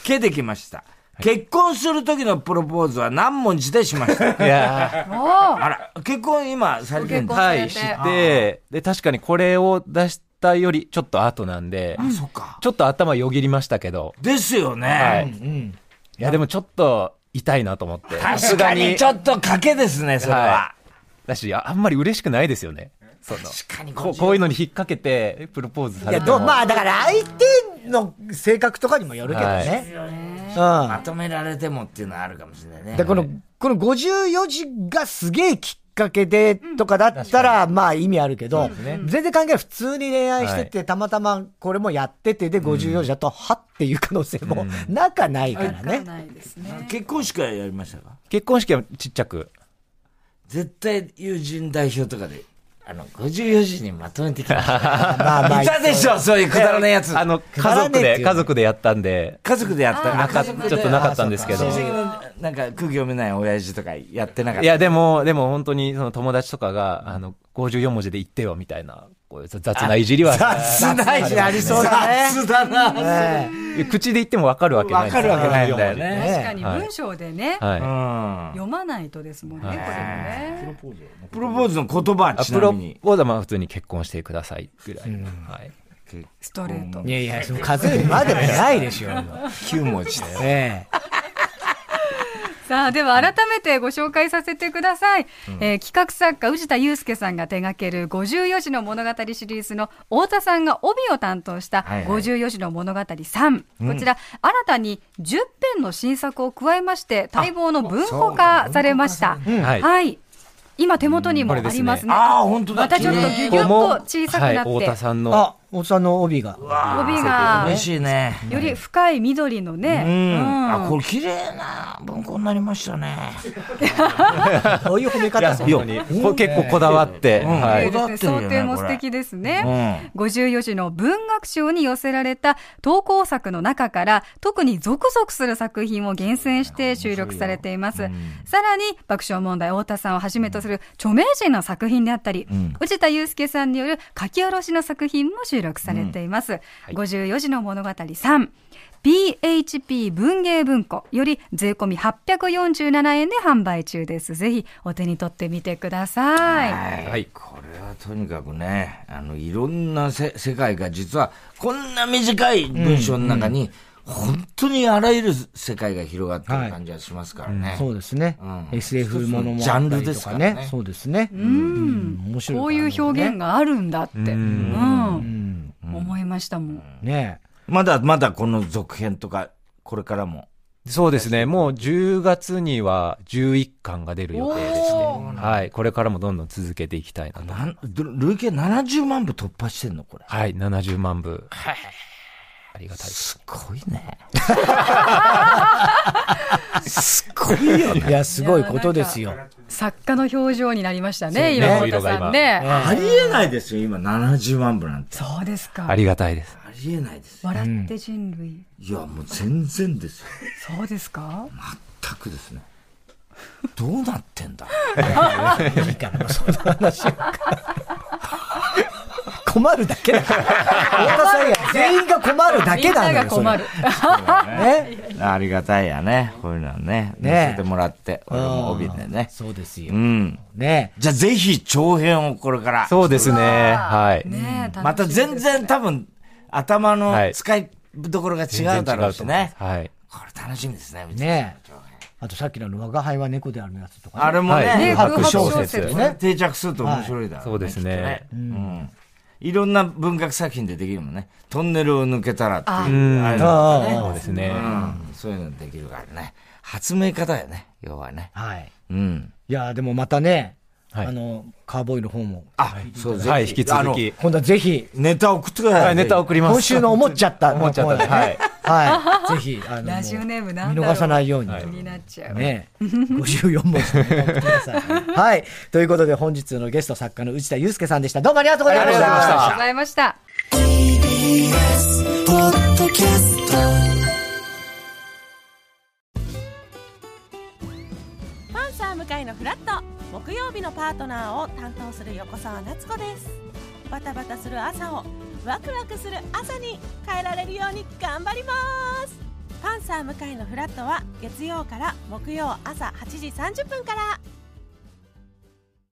[SPEAKER 5] けできました。結婚する時のプロポーズは何文字でしました
[SPEAKER 3] いや
[SPEAKER 4] おー
[SPEAKER 5] あら、結婚今されてるん
[SPEAKER 3] ー
[SPEAKER 5] だ。
[SPEAKER 4] ご結
[SPEAKER 3] は
[SPEAKER 4] めん
[SPEAKER 3] い、
[SPEAKER 4] な
[SPEAKER 3] し
[SPEAKER 4] さい
[SPEAKER 3] て、で、確かにこれを出したよりちょっと後なんで、
[SPEAKER 5] そっか。
[SPEAKER 3] ちょっと頭よぎりましたけど、
[SPEAKER 5] ですよ
[SPEAKER 3] はい。
[SPEAKER 5] ね。
[SPEAKER 2] うん。
[SPEAKER 3] いや、でもちょっと痛いなと思って。
[SPEAKER 5] 確かにちょっと賭けですね、それは
[SPEAKER 3] は。だし、ああんまり嬉しくないですよね。その
[SPEAKER 5] 確かに
[SPEAKER 3] こうこういうのに引っ掛けて、プロポーズさ
[SPEAKER 2] い
[SPEAKER 3] れ
[SPEAKER 2] や、
[SPEAKER 3] て
[SPEAKER 2] ど
[SPEAKER 3] も。
[SPEAKER 2] うまあだから相手の性格とかにもよるけどね。
[SPEAKER 5] まとめられてもっていうのはあるかもしれないね。
[SPEAKER 2] うん。で、この、この54時がすげえきっかけでとかだったら、まあ意味あるけど、全然関係ない。普通に恋愛してて、たまたまこれもやってて、で、54時だと、はっていう可能性もなかないから
[SPEAKER 4] わかん
[SPEAKER 2] ね。
[SPEAKER 4] ないですね。
[SPEAKER 5] 結婚式はやりましたか
[SPEAKER 3] 結婚式はちっちゃく。
[SPEAKER 5] 絶対友人代表とかで、あの、54時にまとめてきま し
[SPEAKER 2] まあま
[SPEAKER 5] た。
[SPEAKER 2] あ、
[SPEAKER 5] いたでしょ、そういうくだらないやつ。
[SPEAKER 3] あの、家族
[SPEAKER 2] 絡めっ
[SPEAKER 3] で、
[SPEAKER 2] ていう
[SPEAKER 3] 家族でやったんで、
[SPEAKER 5] 家族でやった
[SPEAKER 3] なかちょっとなかったんですけど
[SPEAKER 5] 親。戚の、なんか空気読めない親父とかやってなかった。
[SPEAKER 3] いや、でも、でも本当にその友達とかが、あの、54文字で言ってよ、みたいな、こういう雑ないじりは、
[SPEAKER 5] 雑ないじゃ
[SPEAKER 2] ありそうだね。
[SPEAKER 5] 雑だな。
[SPEAKER 2] え
[SPEAKER 3] 口で言ってもわかるわけない
[SPEAKER 5] わかるわけないんだよ
[SPEAKER 3] 54文
[SPEAKER 5] ね。
[SPEAKER 4] 確かに文章でね
[SPEAKER 3] 字、は。
[SPEAKER 5] うん。
[SPEAKER 4] 読まないとですもんね、これもね。
[SPEAKER 5] プロポーズの言葉はいち
[SPEAKER 3] プ
[SPEAKER 5] な
[SPEAKER 3] ロ
[SPEAKER 5] み
[SPEAKER 3] ポー
[SPEAKER 5] に。
[SPEAKER 3] ズはまあ普通に結婚してください、ぐらいの。はい。
[SPEAKER 4] ストレート
[SPEAKER 2] え。いやいや、その数えるまでもないでしょ。
[SPEAKER 5] 9文字だよ。
[SPEAKER 2] ええ。
[SPEAKER 4] さあ、では改めてご紹介させてください。えー企画作家、宇治田祐介さんが手掛ける54字の物語シリーズの太田さんが帯を担当した
[SPEAKER 5] はいはい
[SPEAKER 4] 54字の物語3。こちら、新たに10編の新作を加えまして、待望の文庫化されました。
[SPEAKER 3] はい
[SPEAKER 4] はい。今手元にもありますね。
[SPEAKER 5] ああ、本当だ。
[SPEAKER 4] またちょっとギュギュッと小さくなって、
[SPEAKER 3] はい、太田さんの
[SPEAKER 2] あ、おさんの帯が。
[SPEAKER 4] 帯が
[SPEAKER 5] 嬉しいね。
[SPEAKER 4] より深い緑のね、うん
[SPEAKER 5] あ、これ綺麗な文庫になりましたね。
[SPEAKER 2] どういう褒め
[SPEAKER 3] いや
[SPEAKER 2] 方する
[SPEAKER 3] 本当にこ結構こだわって、
[SPEAKER 5] うん
[SPEAKER 3] は
[SPEAKER 5] う
[SPEAKER 3] い
[SPEAKER 5] ん。こだわってるよね
[SPEAKER 4] 想定も
[SPEAKER 5] こ
[SPEAKER 4] 素
[SPEAKER 5] れ
[SPEAKER 4] 敵ですね。
[SPEAKER 5] うん。
[SPEAKER 4] 54種の文学賞に寄せられた投稿作の中から特にゾクゾクする作品を厳選して収録されています。さらに爆笑問題太田さんをはじめとする著名人の作品であったり、内田祐介さんによる書き下ろしの作品も収録されています。54時の物語3。BHP 文芸文庫より税込み847円で販売中です。ぜひお手に取ってみてください。
[SPEAKER 5] はい。これはとにかくね、あの、いろんなせ世界が実は、こんな短い文章の中に、本当にあらゆる世界が広がってる感じはしますからね。
[SPEAKER 2] そうですね。
[SPEAKER 5] うん
[SPEAKER 2] SF ものもあったりとか、ね。
[SPEAKER 5] ジャンルですからね
[SPEAKER 2] そうですね。うん。面白い。
[SPEAKER 4] こういう表現。があるんだって、うん思いましたもん。
[SPEAKER 2] ね
[SPEAKER 5] まだまだこの続編とか、これからも
[SPEAKER 3] そうですね。もう10月には11巻が出る予定でして、はい。これからもどんどん続けていきたいなと。
[SPEAKER 5] なん累計70万部突破してんのこれ。。
[SPEAKER 3] はい、70万部。はい。ありがたいです
[SPEAKER 5] すごいね。
[SPEAKER 2] すごいよ、ね、いや、すごいことですよ。
[SPEAKER 4] 作家の表情になりましたね、ね今、本田さんね。
[SPEAKER 5] ありえないですよ、今、70万部なんて。
[SPEAKER 4] そうですか。
[SPEAKER 3] ありがたいです。
[SPEAKER 5] ありえないです。
[SPEAKER 4] 笑って人類。うん、
[SPEAKER 5] いや、もう全然ですよ。
[SPEAKER 4] そうですか
[SPEAKER 5] 全くですね。どうなってんだ
[SPEAKER 2] いいから、そんな話。 困るだけだから。太田さんや、全員が困るだけだ
[SPEAKER 4] から。困る。
[SPEAKER 5] ね。 ありがたいやね。こういうのはね。ね。せてもらって。俺も帯でね。
[SPEAKER 2] そうですよ。
[SPEAKER 5] うん。
[SPEAKER 2] ね
[SPEAKER 5] じゃあぜひ長編をこれから。
[SPEAKER 3] そうですね。はい。
[SPEAKER 5] また全然多分、頭の使いどころが違うだろうしね。
[SPEAKER 3] はい。
[SPEAKER 5] これ楽しみですね。
[SPEAKER 2] ねあとさっきの我が輩は猫であるやつとか、
[SPEAKER 5] あれもね、
[SPEAKER 4] 白小説
[SPEAKER 5] ね。定着すると面白いだろう、
[SPEAKER 3] そうですね。うん。
[SPEAKER 5] いろんな文学作品でできるもんね。トンネルを抜けたらって
[SPEAKER 3] いう。ああ、ね、そうですね、
[SPEAKER 5] うん。そういうのできるからね。発明家だよね、要はね。
[SPEAKER 2] はい。
[SPEAKER 5] うん。
[SPEAKER 2] いや、でもまたね、はい、あの、カーボーイの方も。
[SPEAKER 5] あ、そう、
[SPEAKER 3] はい、引き続き。
[SPEAKER 2] 今度はぜひ。
[SPEAKER 5] ネタ送ってください。
[SPEAKER 3] ネタ送ります。
[SPEAKER 2] 今週の思っちゃった。
[SPEAKER 3] 思っちゃった。はい。
[SPEAKER 2] はい。ぜひ、あ
[SPEAKER 4] の、ラジオネーム
[SPEAKER 2] 見逃さないように。
[SPEAKER 4] 気になっちゃう。
[SPEAKER 2] ね。54文字くだ さい。はい。ということで、本日のゲスト作家の内田祐介さんでした。どうもありがとうございました。
[SPEAKER 4] ありがとうございました。
[SPEAKER 6] パンサー向井のフラット。木曜日のパートナーを担当する横澤夏子ですバタバタする朝をワクワクする朝に変えられるように頑張りますパンサー向井のフラットは月曜から木曜朝8時30分から